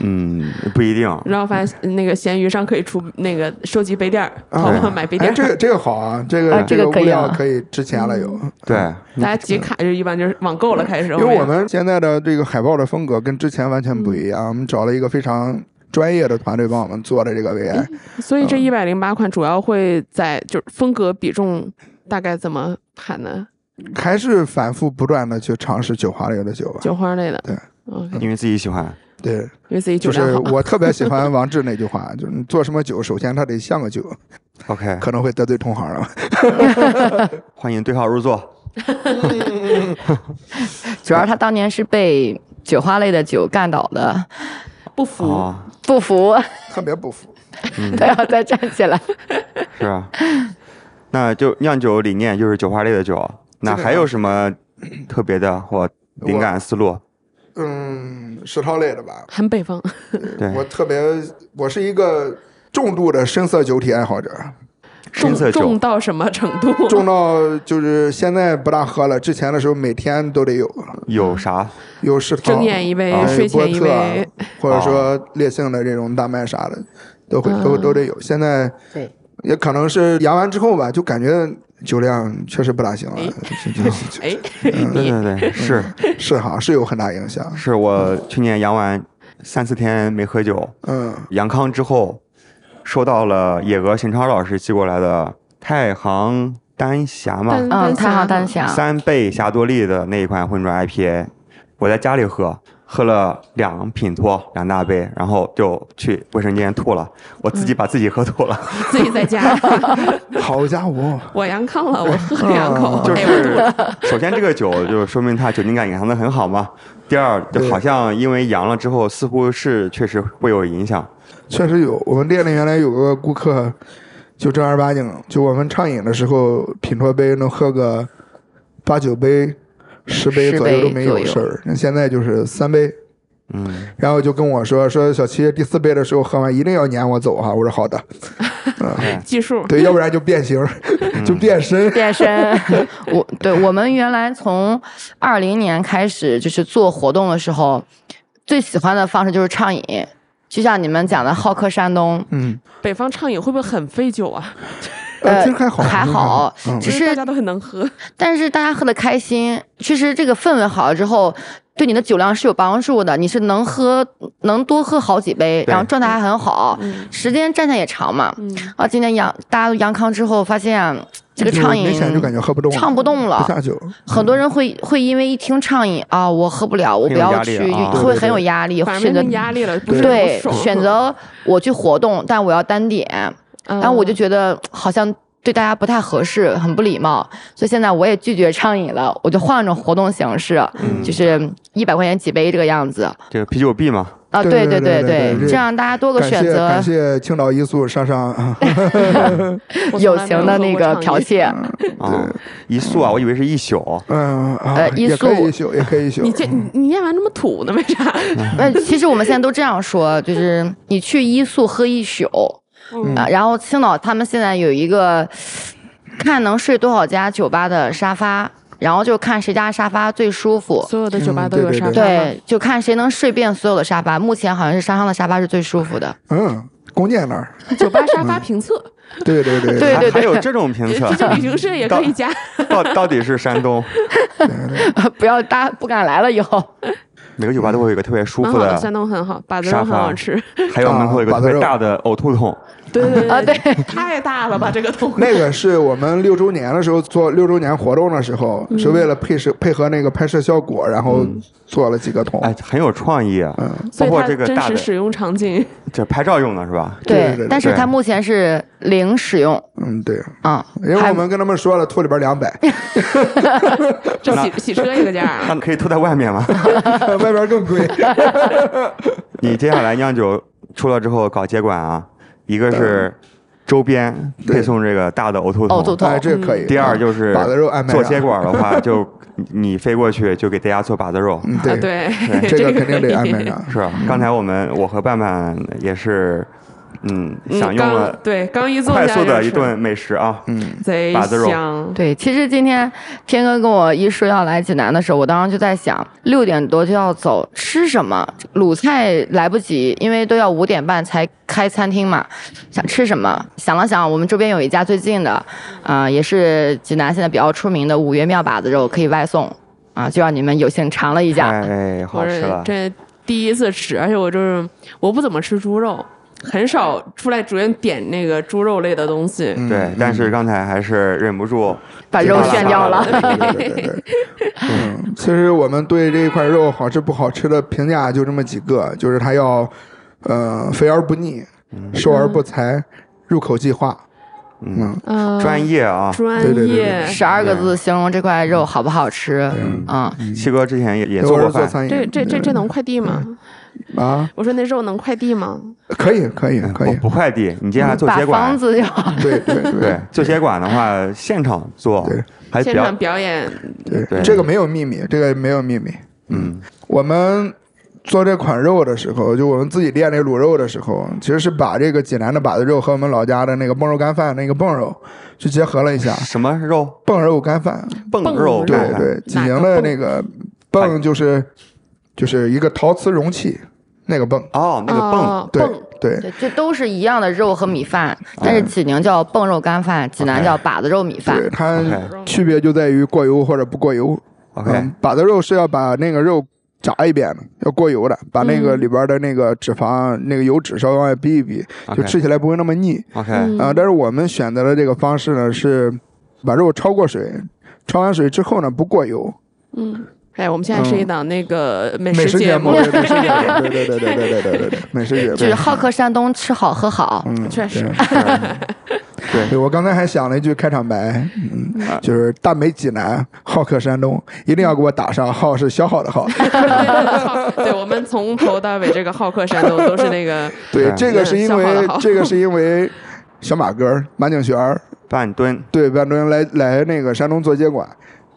B: 嗯，不一定。
C: 然后发现那个闲鱼上可以出那个收集杯垫儿，淘
B: 哦
E: (laughs)
C: 宝买杯
D: 哎，
C: 垫
D: 这
C: 儿，
D: 个这个好啊，这个、
E: 啊这个
D: 个
E: 可以
D: 物料
E: 啊
D: 可以之前了有，
B: 对，
C: (laughs) 大家集卡就一般就是网购了开始。
D: 因为我们现在的这个海报的风格跟之前完全不一样，我们找了一个非常专业的团队帮我们做的这个 VI。
C: 所以这一百零八款主要会在就是风格比重大概怎么喊呢？
D: 还是反复不断的去尝试酒花类的酒吧。
C: 酒花类的，
D: 对
C: ，OK，
B: 因为自己喜欢。
D: 对，
C: 因为自己酒
D: 就是
C: 量好，
D: 我特别喜欢王志那句话，就是你做什么酒，首先它得像个酒，
B: OK，
D: 可能会得罪同行啊了。
B: 欢迎对号入座。
E: 主要他当年是被酒花类的酒干倒的，
C: 不服。
B: 啊，
E: 不服
D: (laughs) 特别不服，
E: (laughs) 都要再站起来。
B: 是啊。那就酿酒理念就是酒花类的酒，那还有什么特别的或灵感思路？
D: 嗯，石涛类的吧，
C: 很北
D: (laughs)
C: 方，
B: 对
D: 我特别，我是一个重度的深色酒体爱好者，
B: 深
C: 重
B: 色酒
C: 重到什么程度？(laughs)
D: 重到就是现在不大喝了，之前的时候每天都得有，
B: 有啥？
D: 有石涛
C: 睁，眼一杯
D: 啊，
C: 睡
D: 有波
C: 前一
D: 特啊
C: 杯，，
D: (laughs) 或者说烈性的这种大麦啥的，都
C: 嗯
D: 会都都得有。现在
E: 对，
D: 也可能是阳完之后吧，就感觉酒量确实不大
E: 哎
D: 行了，是是是
C: 哎，
B: 对对对，是
D: 是哈，是有很大影响。
B: 是我去年阳完三四天没喝酒，
D: 嗯，
B: 阳康之后，收到了野鹅邢超老师寄过来的太行丹霞嘛
C: 但
E: 嗯，
C: 丹
E: 太好
C: 霞
E: 丹霞，
B: 三倍霞多丽的那一款混装 IPA，我在家里喝，喝了两品脱，两大杯，然后就去卫生间吐了，我自己把自己喝吐了，
C: 自己在家，
D: (laughs) 好家伙，
C: 我阳康了，我喝两 (laughs) 口，
B: 就
D: 啊
C: 哎我吐了
B: 是首先这个酒就是说明它酒精感隐藏的很好嘛，第二就
D: 对
B: 好像因为阳了之后似乎是确实会有影响，
D: 确实有。我们店里原来有个顾客，就正儿八经，就我们畅饮的时候，品托杯能喝个八九杯、十杯
E: 十
D: 左右
E: 杯
D: 都没有
E: 左右
D: 事儿。那现在就是三杯，
B: 嗯，
D: 然后就跟我说说小七第四杯的时候喝完一定要撵我走哈、我说好的，
C: 计数，
D: 对，要不然就变形，就变身。(laughs)
E: 变身，我对我们原来从二零年开始就是做活动的时候，最喜欢的方式就是畅饮，就像你们讲的好客山东，
D: 嗯，
C: 北方畅饮会不会很费酒啊？
D: 呃，
E: 呃
D: 其实还好，
E: 还好
D: 嗯
E: 只
C: 大
E: 是
C: 家都很能喝，
E: 但是大家喝的开心，其实这个氛围好了之后，对你的酒量是有帮助的。你是能喝，能多喝好几杯，
B: 对
E: 然后状态还很好，
C: 嗯
E: 时间站下也长嘛。
C: 嗯，
E: 啊，今天阳大家都阳康之后，发现啊这个
D: 就是
E: 畅饮
D: 明显就感觉喝不动了，
E: 唱不动了
D: 不下酒。
E: 很多人会会因为一听畅饮啊，我喝不了，我
B: 很
E: 不
B: 有
E: 要
B: 压力
E: 去，
B: 啊
E: 会很有压力，
C: 反
E: 选
C: 正
E: 择
C: 没压力了，不是
E: 对
C: 很爽
E: 选，择我去活动，但我要单点，
C: 然
E: 然后我就觉得好像对大家不太合适，很不礼貌，所以现在我也拒绝畅饮了，我就换了种活动形式，
B: 嗯
E: 就是一百块钱几杯这个样子
B: 这个啤酒币嘛，
E: 啊，
D: 对对
E: 对
D: 对对对
E: 这样大家多个
D: 感
E: 选
D: 谢
E: 择
D: 感，谢青岛一宿上上
E: (laughs)
D: 啊，
E: 有形的那个剽
C: 窃。
E: 窃，
B: 啊，一宿啊，我以为是一宿，
D: 嗯啊
E: 呃一
D: 也可以
E: 宿
D: 一宿，也可以一宿
C: 你。这你你念完这么土呢？为啥？
B: 嗯
E: 那其实我们现在都这样说，就是你去一宿喝一宿，
C: 嗯
E: 啊，然后青岛他们现在有一个看能睡多少家酒吧的沙发，然后就看谁家沙发最舒服。
C: (laughs) 所有的酒吧
D: 嗯
C: 都有
D: 对对
C: 沙发吗，
E: 对，就看谁能睡遍所有的沙发。目前好像是沙上的沙发是最舒服的。
D: 嗯，弓箭那儿，
C: 酒吧沙
B: 嗯
C: 发评测，
D: 对对对
E: 对
B: 还还有这种评
C: (laughs)
B: 测
C: 这，就旅行社也可以加。
B: (laughs) 到到底是山东
E: (laughs) 不要大家不敢来了以后，
B: 每个酒吧都会有一个特别舒
C: 蛮
B: 服
C: 好
B: 的
C: 的，山东很好，把子肉
B: 沙
C: 很
B: 发
C: 好吃。
B: 还有门口有个
D: 啊
B: 特别大的呕吐桶，
C: 对 (laughs) 对
E: 啊对，
C: 太大了吧这个桶。
D: 那个是我们六周年的时候做六周年活动的时候，是为了配摄配合那个拍摄效果，然后做了几个桶。
B: 哎，很有创意啊，包
C: 所以
B: 括
C: 它
B: 这个
C: 真
B: 大
C: 实
B: 的，
C: 使用
B: (laughs)
C: 场景，
B: 这拍照用的是吧？
D: 对对对
E: 但是它目前是零使用
D: 嗯，对，
E: 啊，
D: 因为
E: 还
D: 我们跟他们说了，吐里边两百，
C: 这洗洗车一个价啊
B: 那可以吐在外面吗？
D: 外边更
C: (laughs)
D: 贵。
B: 你接下来酿酒出了之后搞接管啊，一个是周边配送这个大的呕吐
E: 呕
B: 桶，
E: 吐桶
D: 哎，这可以。
B: 第二就是
D: 把子肉啊安排
B: 做
D: 上
B: 接管的
D: (laughs)
B: 话，就你你飞过去就给大家做把子肉，
D: 嗯，
C: 啊
D: 对，
C: 对， (laughs)
D: 这个
C: 可
D: 肯定
C: 以
D: 得安
C: (laughs)
D: 排上。
B: 是吧刚才我们我和伴伴也是，嗯，
C: 嗯
B: 享用
C: 刚
B: 了
C: 对刚一坐
B: 快
C: 下
B: 速的
C: 就
B: 一
C: 是
B: 顿美食啊，
D: 嗯
C: 贼
B: 把子肉
C: 香，
E: 对，其实今天天哥跟我一说要来济南的时候，我当时就在想，六点多就要走，吃什么？鲁菜来不及，因为都要五点半才开餐厅嘛。想吃什么？想了想，我们周边有一家最近的，啊、也是济南现在比较出名的五岳庙把子肉，可以外送啊，就让你们有幸尝了一下。
D: 哎
B: 太哎好
C: 我
B: 吃
C: 是
B: 了。
C: 这第一次吃，而且我就是我不怎么吃猪肉，很少出来主任点那个猪肉类的东西。
D: 嗯
B: 对，但是刚才还是忍不住
E: 把肉炫掉 (laughs) 了
D: 对对
C: (laughs)
D: 对，嗯，其实我们对这一块肉好吃不好吃的评价就这么几个，就是它要，呃，肥而不腻，
B: 嗯
D: 瘦而不柴，入口即化。嗯，
C: 嗯，
B: 专业啊。
C: 专
D: 对对对
C: 业，
E: 十二个
D: 嗯
E: 字形容这块肉好不好吃？嗯，
B: 七哥之前也也
D: 有
B: 做
D: 人
B: 过
D: 做
B: 饭，
D: 餐饮，
C: 这这这这能快递吗？
D: 啊，
C: 我说那肉能快递吗？
D: 可以可以
B: 嗯
D: 可
B: 不
D: 以，
B: 不快递，你接下来
C: 嗯
B: 做
E: 把
B: 接
E: 房
B: 管，
E: 子
D: (laughs)
E: 就好了。
D: 对对对
B: (laughs) 对，做接管的话，现场做
D: 对
B: 还比
C: 现
B: 较
C: 场表演，
D: 对，
B: 对
D: 这个没有秘密，这个没有秘密。
B: 嗯，
D: 我们做这款肉的时候，就我们自己练这卤肉的时候，其实是把这个济南的把子肉和我们老家的那个蹦肉干饭那个蹦肉去结合
B: (laughs)
D: 了一下，
B: 什么肉
D: 蹦肉干饭，
B: 蹦
C: 蹦
B: 肉
C: 肉
D: 对
B: 干饭
D: 对，济
C: 哪个
D: 宁的
C: 泵
D: 那个泵就是就是一个陶瓷容器，那个泵，
B: 哦，那个蹦
C: 哦
D: 对
C: 蹦，
D: 对
E: 对，这都是一样的肉和米饭，
D: 嗯
E: 但是济宁叫蹦肉干饭，济南叫把子肉米饭
D: 对，。它
B: OK
D: 区别就在于过油或者不过油。
B: ，OK，
D: 嗯，把子肉是要把那个肉炸一遍的，要过油的，把那个里边的那个脂肪、那个油脂稍微往外逼一逼，就
B: OK
D: 吃起来不会那么腻。
C: 嗯
B: OK，
D: 啊、但是我们选择的这个方式呢，是把肉焯过水，焯完水之后呢不过油，
C: 嗯，哎，我们现在是一档那个美
D: 美
C: 食
D: 食节
C: 目，
D: 对美食节目，对对对对对对对对对，美食节目
E: (laughs) 就是好客山东，吃好喝好。
D: 嗯，
C: (laughs) 确实
D: 对。对，对我刚才还想了一句开场白，嗯，就是大美济南，好客山东，一定要给我打上“好”是消耗的“耗
C: (laughs) 对，对我们从头到尾这个好客山东都是那个”。
D: 对
B: 对，
D: 这个是因
C: 消耗
D: 为
C: 的耗
D: 这个是因为小马哥马景泉儿
B: 半吨，
D: 对万中来来那个山东做接管，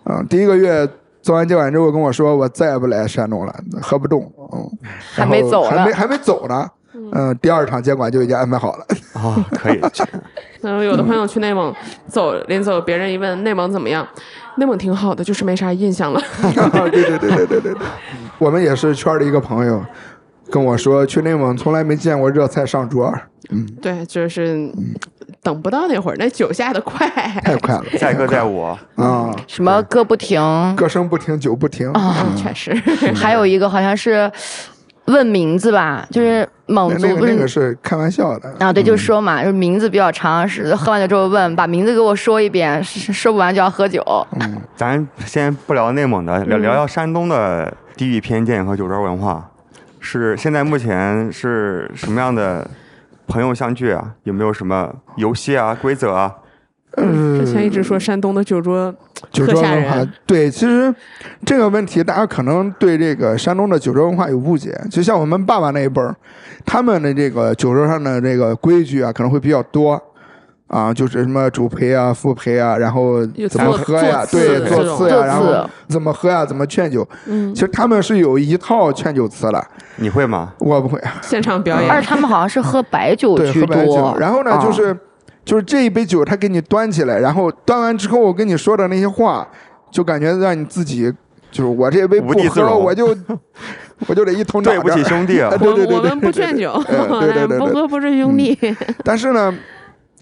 D: 嗯，第一个月。做完接管之后跟我说，我再也不来山东了，合不动，嗯，
E: 还没走呢
D: 然后还没还没走呢，嗯，第二场接管就已经安排好了， (laughs)
B: 哦，可以，
C: 嗯，有的朋友去内蒙走，临走别人一问内蒙怎么样，内蒙挺好的，就是没啥印象了。
D: 嗯对对对对对对对，我们也是圈儿的一个朋友跟我说，去内蒙从来没见过热菜上桌，
C: (laughs) 对，就是等不到那会儿，那酒下的快。
D: 太快了
E: (laughs)
B: 载歌载舞，
D: 啊！
E: 什么歌不停，啊
D: 歌声不停，酒不停，
C: 嗯，确实，
E: (laughs) 还有一个好像是问名字吧，就是
D: 那
E: 蒙
D: 嗯那
E: 族
D: 个
E: 哦不
D: 那个
E: 是。
D: 是嗯开玩笑的，
E: 啊，对，就是说嘛，就是名字比较长，是喝完酒之后问，把名字给我说一遍，是说不完就要喝酒。
B: 咱先不聊内蒙的，聊
C: 嗯
B: 聊聊山东的地域偏见和酒桌文化，是现在目前是什么样的朋友相聚啊？有没有什么游戏啊、规则啊？
D: 嗯
C: 之前一直说山东的酒桌
D: 酒
C: 特
D: 桌
C: 吓
D: 文化
C: 人，，
D: 对，其实这个问题大家可能对这个山东的酒桌文化有误解，就像我们爸爸那一辈儿，他们的这个酒桌上的这个规矩啊，可能会比较多。啊，就是什么主陪啊、副陪啊，然后
C: 有
D: 怎么
C: 坐
D: 喝呀？
C: 坐
D: 对
C: 次，
D: 坐
C: 这种
D: 次呀，
E: 坐
D: 然后
E: 次
D: 怎么喝呀？怎么劝酒？
C: 嗯
D: 其，实他们是有一套劝酒词了，
B: 你会吗？
D: 我不会。
C: 现场表
E: 而
D: 啊
C: 演
E: 且他们好像是喝白酒
D: 对，
E: 居
D: 喝白
E: 多
D: 酒。。然后呢，
E: 啊
D: 就是、就是这一杯酒，他给你端起来，然后端完之后，我跟你说的那些话，就感觉让你自己就是我这杯不
B: 无地自
D: 喝，
B: 容 (laughs)
D: 我就我就得一头扎
B: 对不起
D: 着
B: 兄弟
D: (laughs)
B: 啊，
D: 对对对对
C: 我我们不劝酒，嗯
D: 嗯对
C: (laughs)
D: 对对对对
C: 不喝不是兄弟。 (laughs)
D: 但是呢。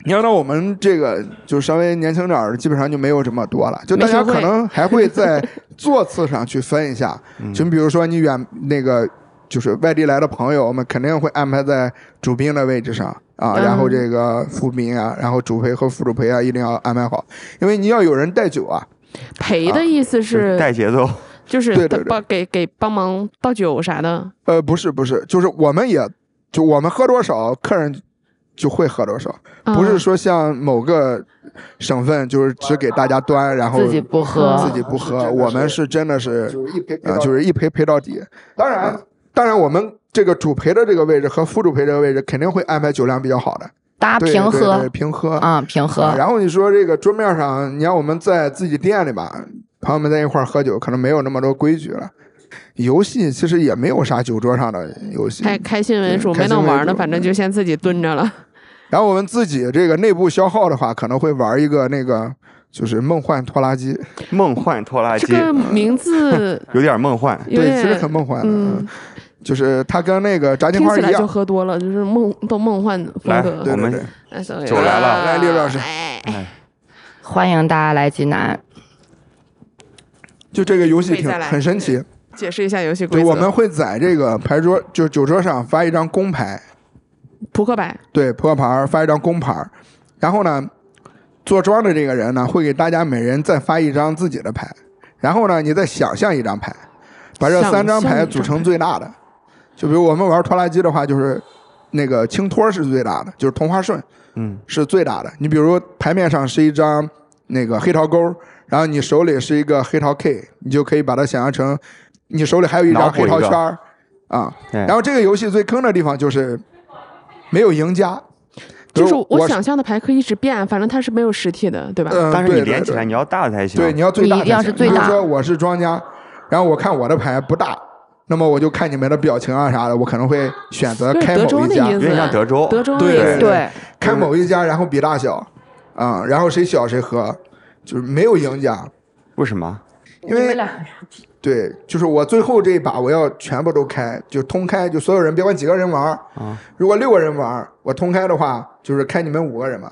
D: 你要到我们这个就稍微年轻点儿的，基本上就没有这么多了。就大家
C: 没学
D: 可
C: 会
D: 能还会在座次上去分一下，就比如说你远那个就是外地来的朋友，我们肯定会安排在主宾的位置上啊，
C: 嗯
D: 然后这个副宾啊，然后主陪和副主陪啊，一定要安排好，因为你要有人带酒啊，
C: 陪的意思
B: 就是
C: 是
B: 带节奏，
C: 就是
D: 对对对
C: 帮给给帮忙倒酒啥的，
D: 呃，不是不是，就是我们也就我们喝多少，客人就会喝多少，
C: 啊
D: 不是说像某个省份就是只给大家端，然后
E: 自己不喝，
D: 自己不喝，我们啊是真的是
F: 就是一陪陪
D: 呃，
F: 到
D: 就是一陪陪到底。啊当然，当然我们这个主陪的这个位置和副主陪这个位置肯定会安排酒量比较好
C: 啊
D: 的，
E: 大家
D: 对
E: 平
D: 对对
E: 喝
D: 平喝。
E: 啊，平喝
D: 啊。然后你说这个桌面上，你让我们在自己店里吧，朋友们在一块儿喝酒，可能没有那么多规矩了。游戏其实也没有啥酒桌上的游戏，
C: 啊开开心为主，
D: 嗯对开
C: 没
D: 心
C: 弄玩
D: 为
C: 呢，
D: 主
C: 反正就先自己蹲着了。
D: 然后我们自己这个内部消耗的话，可能会玩一个那个就是梦幻拖拉机，
B: 梦幻拖拉
C: 这
B: 机，
C: 个名字
B: 有点梦幻。
C: 有
D: 嗯对，
C: 点
D: 其实很梦幻的，
C: 嗯，
D: 就是它跟那个炸金
C: 听
D: 花
C: 起
D: 一
C: 来就
D: 样。
C: 喝多了，就是梦都梦幻风
B: 来
C: 格。
D: 对
B: 我
D: 对
B: 们
D: 对，
C: 哎，sorry
B: 酒来了
C: 啊
D: 来刘老师
C: 哎
E: 欢迎大家来济南。
D: 就这个游戏
C: 可以
D: 挺
C: 再来
D: 很神奇。
C: 解释一下游戏规
D: 对，
C: 则。
D: 我们会在这个牌桌，就酒桌上发一张公牌，
C: 扑克牌，
D: 对，扑克牌儿发一张公牌儿，然后呢，坐庄的这个人呢会给大家每人再发一张自己的牌，然后呢，你再想象一张牌，把这
C: 想
D: 三张
C: 象一
D: 牌
C: 张
D: 组成最大的。就比如我们玩拖拉机的话，就是那个青托是最大的，就是同花顺
B: 嗯，
D: 是最大的。你比如牌面上是一张那个黑桃勾，然后你手里是一个黑桃 K，你就可以把它想象成你手里还有一
B: 脑
D: 张
B: 补
D: 黑桃
B: 一个
D: 圈儿啊。
B: 对
D: 然后这个游戏最坑的地方就是没有赢家，比
C: 就
D: 如
C: 是
D: 我
C: 我想象的牌可以一直变，反正它是没有实体的，对吧？
D: 嗯，
B: 但是你
D: 对
B: 连起来，
D: 对
B: 你要大才行。
D: 对你要最大
E: 你一定要是
D: 才行
E: 最大
D: 比如说我是庄家，然后我看我的牌不大，那么我就看你们的表情啊啥的，我可能会选择
C: 就是
D: 开
C: 德州
D: 某一
C: 那
D: 家
C: 意，思，
B: 有点像德州
C: 德州那
D: 对
C: 意思，
E: 对，
D: 开某一家，然后比大小，啊、然后谁小谁喝，就是没有赢家，
B: 为什么？
D: 因为对，就是我最后这一把我要全部都开，就通开，就所有人别管几个人玩儿。如果六个人玩儿，我通开的话，就是开你们五个人嘛。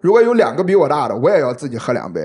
D: 如果有两个比我大的，我也要自己喝两杯。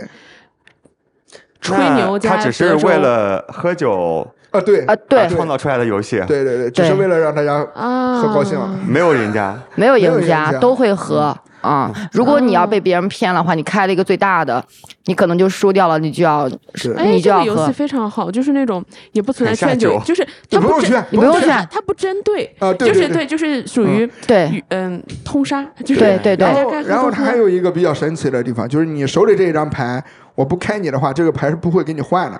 C: 吹牛
B: 那
C: 加
B: 他只是
C: 德州
B: 为了喝酒
D: 啊，对，
E: 啊，对
B: 而，创造出来的游戏，
D: 对对对，只是
E: 对
D: 为了让大家
C: 啊，
D: 喝高兴了。
B: 没有人家。
E: 没有
D: 没有
E: 赢
D: 赢
E: 家
D: 家嗯
E: 都会喝，啊、如果你要被别人骗了的话，你开了一个最大的，你可能就输掉了，你就要
D: 是
C: 哎，
E: 你
C: 这
E: 就要
C: 个游
E: 喝
C: 戏。非常好，就是那种也不存在
B: 很下
C: 劝酒
B: 酒，
C: 就是
D: 你
C: 它
D: 不用
C: 针
D: 劝，
E: 你不用劝
C: 它不针对，
D: 啊，对
C: 就是
D: 对。
C: 就是属于
E: 对
C: 与嗯通杀，就是
E: 对对对
D: 然
C: 大家
D: 后
C: 该，喝
D: 然后
C: 都
D: 它
C: 喝
D: 还有一个比较神奇的地方，就是你手里这一张牌，我不开你的话，这个牌是不会给你换的。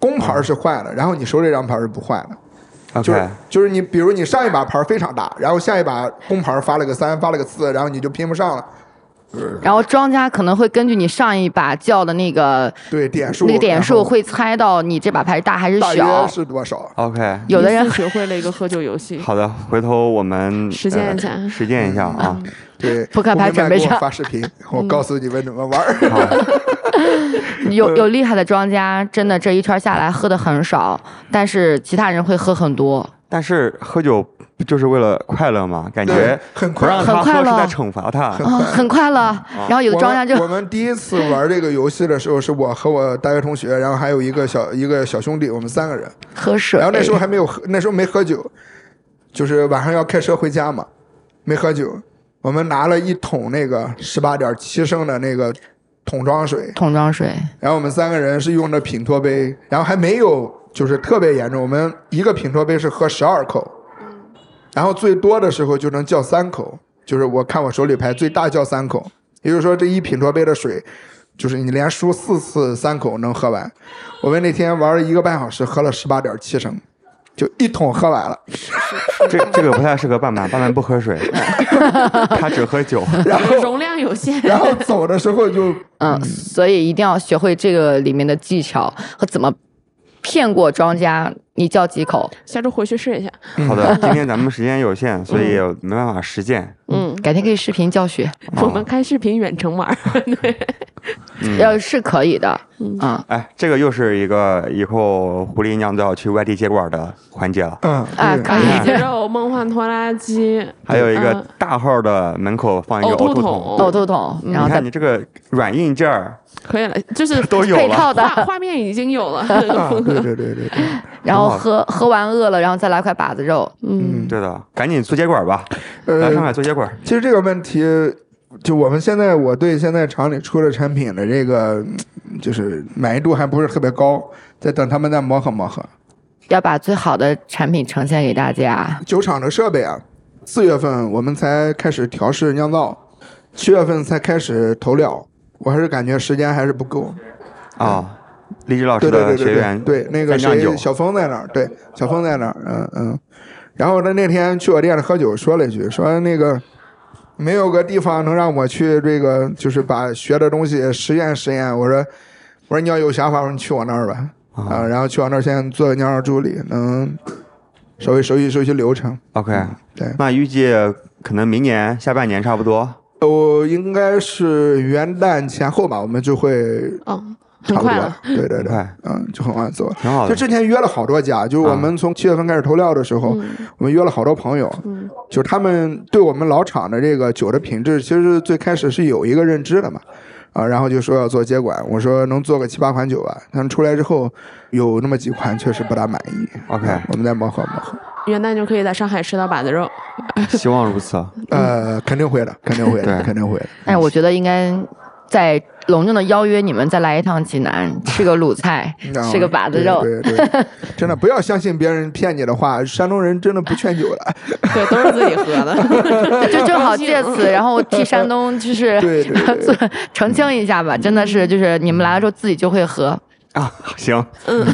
D: 公牌是换的，然后你手里这张牌是不换的。 (laughs) 就
B: OK，
D: 是就是你，比如你上一把牌非常大，然后下一把公牌发了个三，发了个四，然后你就拼不上了，
E: 然后庄家可能会根据你上一把叫的那个
D: 对点数
E: 那个点数
D: 然后
E: 会猜到你这把牌大还是
D: 大约
E: 小。
D: 是多
E: (laughs)
D: 少？
B: OK，
E: 有的
C: 一
E: 人
C: 次学会了一个喝酒游
D: (laughs)
C: 戏，
B: 好的，回头我们
C: 实践
B: 呃
C: 一下嗯
B: 实践一下啊。
D: 对，
E: 扑克牌
D: 不明白
E: 准备
D: 给我
E: 上嗯
D: 发视
E: (laughs)
D: 频，我告诉你们怎么玩儿。
B: 好，
E: (laughs) 有有厉害的庄家，真的这一圈下来喝的很少，但是其他人会喝很多。
B: (laughs) 但是喝酒不就是为了快乐吗？感
D: 对
B: 觉，
D: 很
B: 不
D: 快
B: 让
D: 乐。
B: 他
E: 很快
B: 喝是
E: 乐
B: 在惩罚 (laughs)
D: (laughs)
B: 他。
E: 啊，很快乐。然 (laughs) 后有的
D: 我
E: 庄家
D: 们
E: 就
D: 我们第一次玩这个游戏的时候，是我和我大学同学，然后还有一个小一个小兄弟，我们三个人。
E: 喝水，
D: 然后那时候还没有喝，那时候没喝酒，就是晚上要开车回家嘛，没喝酒。我们拿了一桶那个十八点七升的那个桶装水，
E: 桶装水，
D: 然后我们三个人是用的品托杯，然后还没有就是特别严重，我们一个品托杯是喝十二口，然后最多的时候就能叫三口，就是我看我手里牌最大叫三口，也就是说这一品托杯的水，就是你连输四次三口能喝完。我们那天玩了一个半小时，喝了十八点七升，就一桶喝完了。
B: 这这个不太适合拌拌，拌拌不喝
C: (laughs)
B: 水，他只喝酒。
D: 然后
C: 容量有限，
D: 然后走的时候就
E: 嗯，所以一定要学会这个里面的技巧和怎么骗过庄家。你叫几口？
C: 下周回去试一下。
B: 好
C: (laughs)
B: 的，今天咱们时间有限，所以没办法实践。
C: 嗯，
E: 改天可以视频教学，
C: 我们开视频远程玩儿，对，
E: 要是可以的。
C: 嗯
E: 嗯，
B: 哎，这个又是一个以后狐狸酿造去外地接管的环节了。
D: 嗯
E: 啊
D: 对
E: 可以
C: 鸡肉、梦幻拖拉机，
B: 还有一个
C: 嗯
B: 大号的门口放一个
C: 呕
B: 呕吐
C: 吐桶
B: 桶，
E: 呕吐桶，哦然
B: 嗯
E: 后
B: 你
E: 再
B: 看你这个软硬件儿
C: 可以了，就是
B: 都有
E: 配
B: 了。
C: (laughs)
E: 套的，
C: 画画面已经有了， (laughs)
D: 啊，对对对对对，
E: 然后喝喝完饿了，然后再来块把子肉。
C: 嗯，
B: 对的，赶紧做接管吧，来上
D: 呃，
B: 海做接管。
D: 其实这个问题，就我们现在我对现在厂里出的产品的这个，嗯就是满意度还不是特别高，在等他们再磨合磨合。
E: 要把最好的产品呈现给大家。
D: 酒厂的设备啊，四月份我们才开始调试酿造，七月份才开始投料，我还是感觉时间还是不够。
B: 啊、励志老师
D: 对对
B: 的
D: 对
B: 学
D: 对对
B: 员，
D: 对，那个
B: 在酿
D: 谁
B: 酒
D: 小峰在那儿，对，小峰在那儿，嗯嗯。然后他那天去我店里喝酒，说了一句，说那个没有个地方能让我去这个，就是把学的东西实验实验。我说，我说你要有想法，我说你去我那儿吧，啊，然后去我那儿先做个酿造助理，能稍微熟悉熟悉流程。
B: OK，
D: 对，
B: 那预计可能明年下半年差不多。
D: 我应该是元旦前后吧，我们就会
C: 哦，很
D: 差不
C: 快
D: 多
C: 了，，
D: 对对
B: 很
D: 对
B: 快，
D: 嗯，就很晚走。
B: 哎挺好
D: 就
B: 的。
D: 之前约了好多
B: 嗯
D: 家，就是我们从七月份开始投料的时候，
E: 嗯
D: 我们约了好多朋友，
C: 嗯
D: 就是他们对我们老厂的这个酒的品质，其实最开始是有一个认知的嘛，啊，然后就说要做接管，我说能做个七八款酒吧，但出来之后有那么几款确实不大满意
B: OK
D: 啊我们再磨合磨合，
C: 元旦就可以在上海吃到把子肉，
B: 希望如此。
E: 嗯
D: 呃，肯
B: (laughs)
D: 定会的，肯定会的，
B: 对
D: 肯定会的，
E: 但是哎我觉得应该再隆重的邀约你们再来一趟济南，吃个鲁菜，
D: 你知道吗
E: 吃个把子肉。
D: 哦对对
E: (laughs)
D: 对，真的不要相信别人骗你的话，山东人真的不劝酒
E: (laughs)
D: 的，
C: 对，都是自己喝的，
D: (laughs)
E: 就正好借此，然后替山东就是
D: 对嗯对对
E: (laughs) 做澄清一下吧，真的是就是你们来了之后自己就会喝，
B: 啊，行，嗯，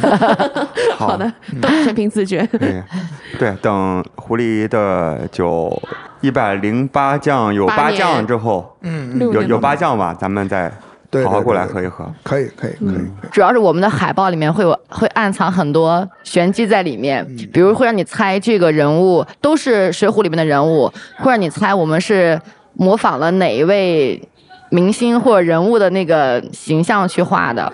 B: 好
C: (laughs) 好的，都全凭自觉。
B: 可以。 (laughs) 对，等狐狸的酒一百零八酱有
C: 八
B: 八
C: 年
B: 酱之后，
D: 嗯，
C: 六
B: 有
C: 年
B: 有
C: 了
B: 八酱吧，咱们再
D: 对，
B: 好好
D: 对
B: 过
D: 对
B: 来
D: 对
B: 喝一喝。
D: 可以可以可以，可以
E: 主要是我们的海报里面会有会暗藏很多玄机在里面，
D: 嗯
E: 比如会让你猜这个人物都是《水浒》里面的人物，会让你猜我们是模仿了哪一位明星或者人物的那个形象去画的，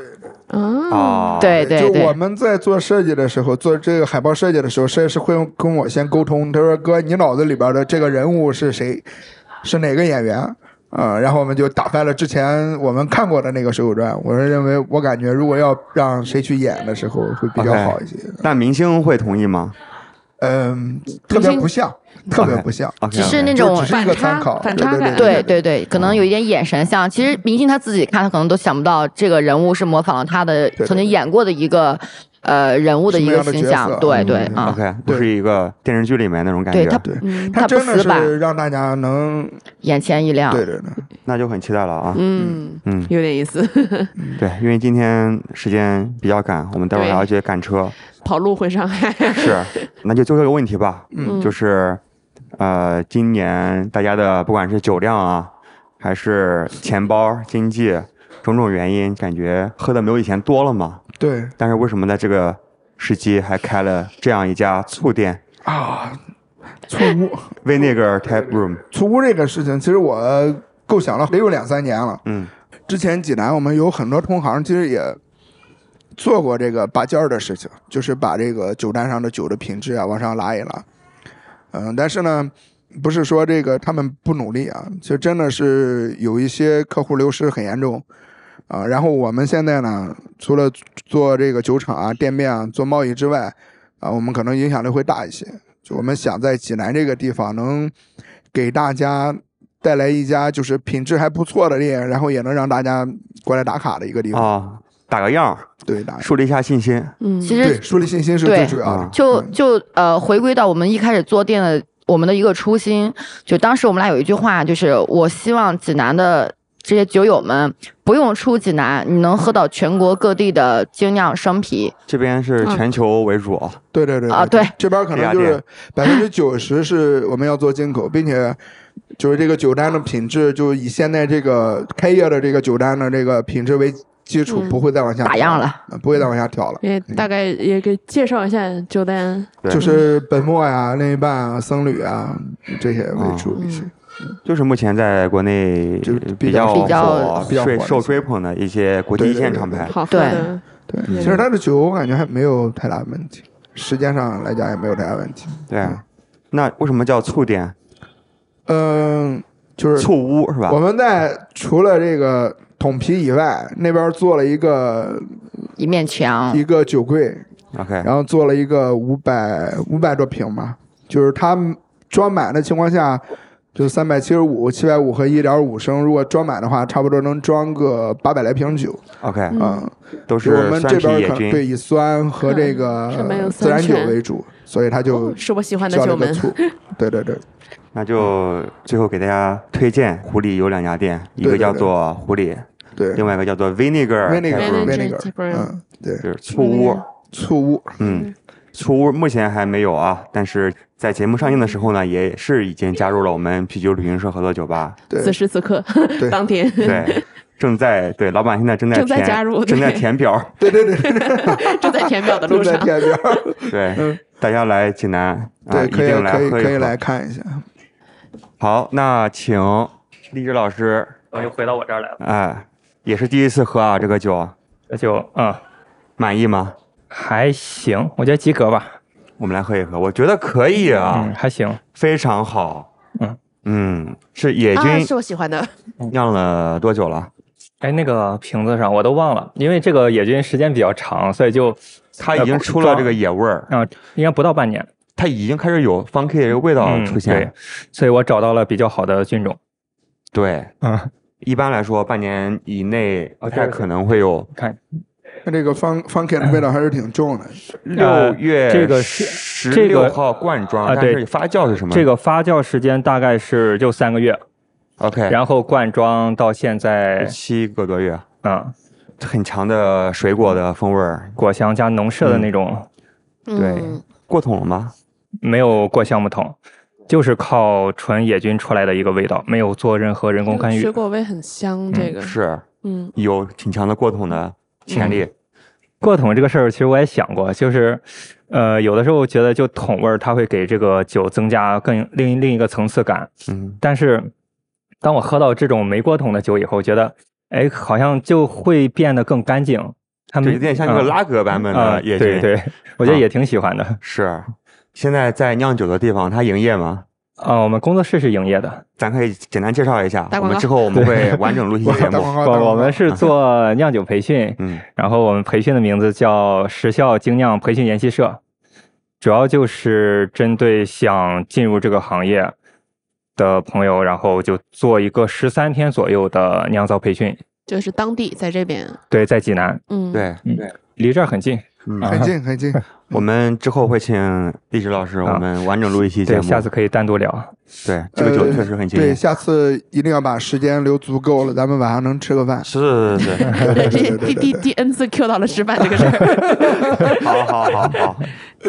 C: 啊，
B: 啊，，
E: 对对
D: 哦就我
E: 对，
D: 们在做设计的时候，做这个海报设计的时候，设计师会跟我先沟通，他说：“哥，你脑子里边的这个人物是谁，是哪个演员？”啊、然后我们就打翻了之前我们看过的那个《水浒传》。我是认为，我感觉如果要让谁去演的时候，会比较
B: OK
D: 好一些。
B: 那明星会同意吗？
D: 嗯、特别不像，特别不像，
B: OK，
E: 只是那
D: 就
E: 啊种
D: 只是一个参考，
C: 反差反差
D: 对对
C: 感
E: 对对对，可能有
D: 嗯
E: 一点眼神像。其实明星他自己看，他可能都想不到这个人物是模仿了他的
D: 对
E: 曾经演过的一个呃人物的一个
D: 什么样的
E: 形
D: 角
E: 象
D: 色。
E: 对
D: 嗯
E: 对
D: 嗯
E: 啊，
B: OK，不是一个电视剧里面那种感
E: 对
B: 觉
E: 他，
D: 对
C: 嗯
E: 他
D: 他
E: 不
D: 真的
E: 死板，
D: 是让大家能，
E: 眼前一亮。
D: 对对对，
B: 那就很期待了啊。
C: 嗯，
B: 嗯，
C: 有点意思， (laughs)
B: 对，因为今天时间比较赶，我们待会儿还要去赶车。
C: 跑路回上海，
B: 是，那就最后一个问题吧，
D: 嗯
B: 就是呃，今年大家的不管是酒量啊，还是钱包、经济种种原因，感觉喝的没有以前多了嘛。
D: 对
B: 但是为什么在这个时机还开了这样一家醋店
D: 啊，错误。
B: Vinegar Tap Room？
D: 出屋这个事情，其实我构想了得有两三年了。
B: 嗯，
D: 之前济南我们有很多同行，其实也做过这个拔尖儿的事情，就是把这个酒单上的酒的品质啊往上拉一拉。嗯，但是呢，不是说这个他们不努力啊，其实真的是有一些客户流失很严重啊。然后我们现在呢，除了做这个酒厂啊、店面啊、做贸易之外，啊，我们可能影响力会大一些。就我们想在济南这个地方能给大家带来一家就是品质还不错的店，然后也能让大家过来打卡的一个地方。
B: 啊，打个样儿，
D: 对，打
B: 树立一下信心
C: 嗯，
E: 其
D: 对
E: 实
D: 树立信心是最
E: 对
D: 主要的
B: 啊。
E: 就
D: 嗯
E: 就呃，回归到我们一开始做店的我们的一个初心，就当时我们俩有一句话，就是我希望济南的。这些酒友们不用出济南，你能喝到全国各地的精酿生啤。
B: 这边是
C: 嗯
B: 全球为主啊，
D: 对对对
E: 啊对，
D: 这边可能就
B: 这
D: 是
B: 家
D: 百分之九十是我们要做进口，并且就是这个酒单的品质，就以现在这个开业的这个酒单的这个品质为基础，
C: 嗯
D: 不会再往下
E: 打
D: 调
E: 样了，
D: 嗯不会再往下调了。
C: 也大概也给介绍一下酒单，
B: 对
D: 就是本末呀、另一半啊、僧侣啊这些为主一些。
C: 嗯
B: 就是目前在国内
D: 就
B: 比
D: 比
B: 较
D: 较
E: 比较
B: 火
D: 比较
B: 睡
D: 火的
B: 受追捧的一些国际一
D: 对对
B: 线
D: 对
B: 厂
D: 对
B: 牌。
C: 好喝的，
D: 对，
B: 嗯
D: 其实它的酒我感觉还没有太大问题，时间上来讲也没有太大问题。
B: 对啊
D: 嗯，
B: 那为什么叫醋店？
D: 嗯，就是
B: 醋屋是吧
D: 我？们在除了这个桶皮以外，那边做了一个
E: 一面墙
D: 一个酒柜，
B: OK，
D: 然后做了一个五百五百多平吧，就是它装满的情况下，就三百七十五、七百五和一点五升，如果装满的话，差不多能装个八百来瓶酒。
B: OK，哦
D: 嗯，
B: 都
D: 我
B: 是
D: 们
B: 酸
D: 这
B: 啤
D: 边
B: 野
D: 可能
B: 菌。
D: 对以酸和这个
C: 上嗯面有
D: 自
C: 酸哦
D: 然酒
C: 泉
D: 为主，所以它就
C: 是我喜欢的
D: 叫
C: 酒
D: 了个
C: 门，
D: 醋。
C: (laughs)
D: 对对对，
B: 那就最后给大家推荐湖里有两家店，一
D: 对
B: 个
D: 对
B: 叫
D: 对
B: 做湖里，
D: 对
B: 另外一个叫做 Vinegar
D: ，vinegar
B: Tap Room，
C: Vinegar
D: vinegar，
C: Tap Room
D: 嗯，对，
B: 就是醋屋。
D: 醋屋，
B: 嗯，醋屋目前还没有啊，但是在节目上映的时候呢，也是已经加入了我们啤酒旅行社合作酒吧。
D: 对
C: 此时此刻，当天， (laughs)
B: 对，正在对老板现在正在
C: 正在
B: 填
C: 加入
B: 正在
C: 对
B: 填表。
D: 对对对，
C: 正在填表的
D: 就
C: 路
D: 在
C: 上，
D: 天边，
B: 对，大家来济南啊，
D: 嗯对，
B: 一
D: 可以
B: 定来
D: 可以
B: 喝一
D: 可以
B: 喝。
D: 来看一下。
B: 好，那请荔枝老师，
A: 我哦又回到我这儿来了，
B: 哎，也是第一次喝啊，这个酒
A: 那就嗯
B: 满意吗？
A: 还行，我觉得及格吧，
B: 我们来喝一喝，我觉得可以啊，
A: 嗯还行，
B: 非常好。
A: 嗯
B: 嗯是野
C: 啊，
B: 军
C: 是我喜欢的，
B: 酿了多久了？
A: 哎，那个瓶子上我都忘了，因为这个野菌时间比较长，所以就
B: 它已经
A: 呃
B: 出了这个野味儿，
A: 啊、应该不到半年嗯
B: 它已经开始有 funky 这个味道哦出现。
A: 对，所以我找到了比较好的菌种，
B: 对
A: 嗯，
B: 一般来说半年以内不
A: 哦
B: 太
A: 对
B: 可能会有。
A: 看
D: 它这个方方 k 的味道还是挺
B: (laughs)
D: 重的，
A: 呃
B: 六月
A: 这个是
B: 十
A: 这
B: 六
A: 个
B: 号罐装，
A: 啊
B: 但
A: 对
B: 是发酵是什么？
A: 这个发酵时间大概是就三个月，
B: OK，
A: 然后灌装到现在，
B: 七个多月，
A: 嗯，
B: 很强的水果的风味儿，
A: 果香加农舍的那种，
B: 对
C: 嗯，
B: 过桶了吗？
A: 没有过橡木桶，就是靠纯野菌出来的一个味道，没有做任何人工干预
C: 水。果味很香，这个，
B: 是
C: 嗯，
B: 有挺强的过桶的潜力。
A: 过桶这个事儿，其实我也想过，就是，呃，有的时候觉得就桶味儿，它会给这个酒增加更另另一个层次感。
B: 嗯，
A: 但是，当我喝到这种没过桶的酒以后，觉得，哎，好像就会变得更干净。它
B: 就
A: 们
B: 有点像这个拉格版本
A: 啊、
B: 的野
A: 对
B: 菌。
A: 对，我觉得
B: 啊
A: 也挺喜欢的。啊、
B: 是。现在在酿酒的地方，它营业吗？
A: 啊我们工作室是营业的，
B: 咱可以简单介绍一下
C: 打。
B: 我
C: 广告
B: 们之后我们会完整
A: (laughs)
B: 录一期
D: 哇 (laughs)
B: 节
D: 打
B: 目
D: 广。告，打
A: 我我
D: 广告
A: 们是做酿酒培训，
B: 嗯，
A: 然后我们培训的名字叫时效精酿培训研习社。主要就是针对想进入这个行业的朋友，然后就做一个十三天左右的酿造培训。
C: 就是当地在这边，
A: 对，在济南，
B: (laughs)
C: 嗯，，
B: 对，
A: 离这儿很近。
B: 嗯
D: 很近很
B: (laughs)
D: 近。
B: 我们之后会请荔枝老师，
A: 啊
B: 我们完整录一期节
A: 对，
B: 目。
A: 下次可以单独聊。
B: 对这个酒确实很
D: 呃
B: 经
D: 对，
B: 典。
D: 下次一定要把时间留足够了，咱们晚上能吃个饭。
B: 是是是，
C: 这第第第 N 次 Q 到了吃饭这个事儿，
B: (laughs) 好好好好，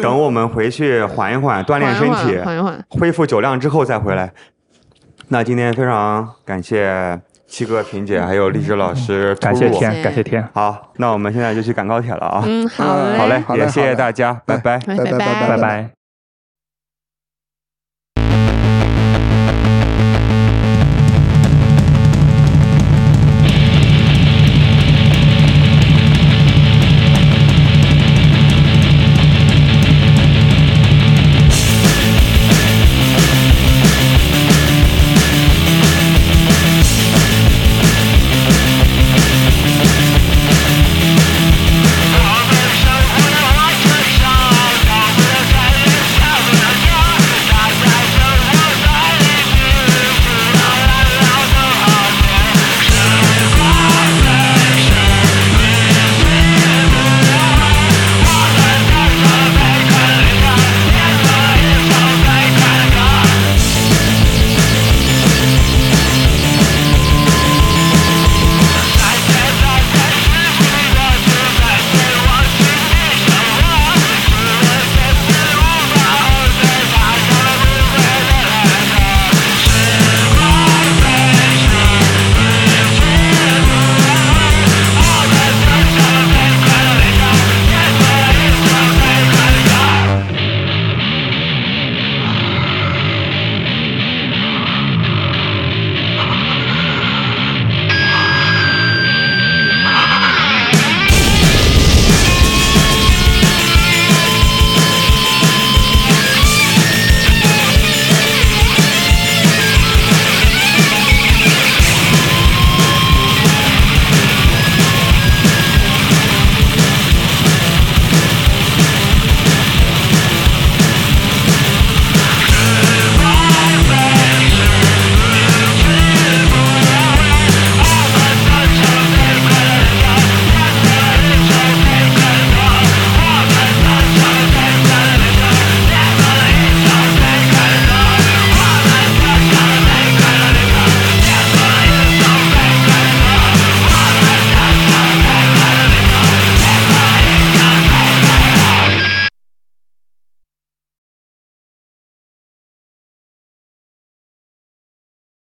B: 等我们回去缓一缓， (laughs) 锻炼身体，
C: 缓一缓，
B: 恢复酒量之后再回来。那今天非常感谢七哥、萍姐还有荔枝老师出入，
A: 嗯感谢
C: 天
A: 天，感谢天，
B: 好，那我们现在就去赶高铁了啊！
C: 嗯，好嘞，
B: 好嘞，
D: 好嘞
B: 也
D: 好
B: 谢
D: 嘞
B: 谢大家，拜拜。
D: 拜拜
C: 拜
D: 拜
A: 拜拜。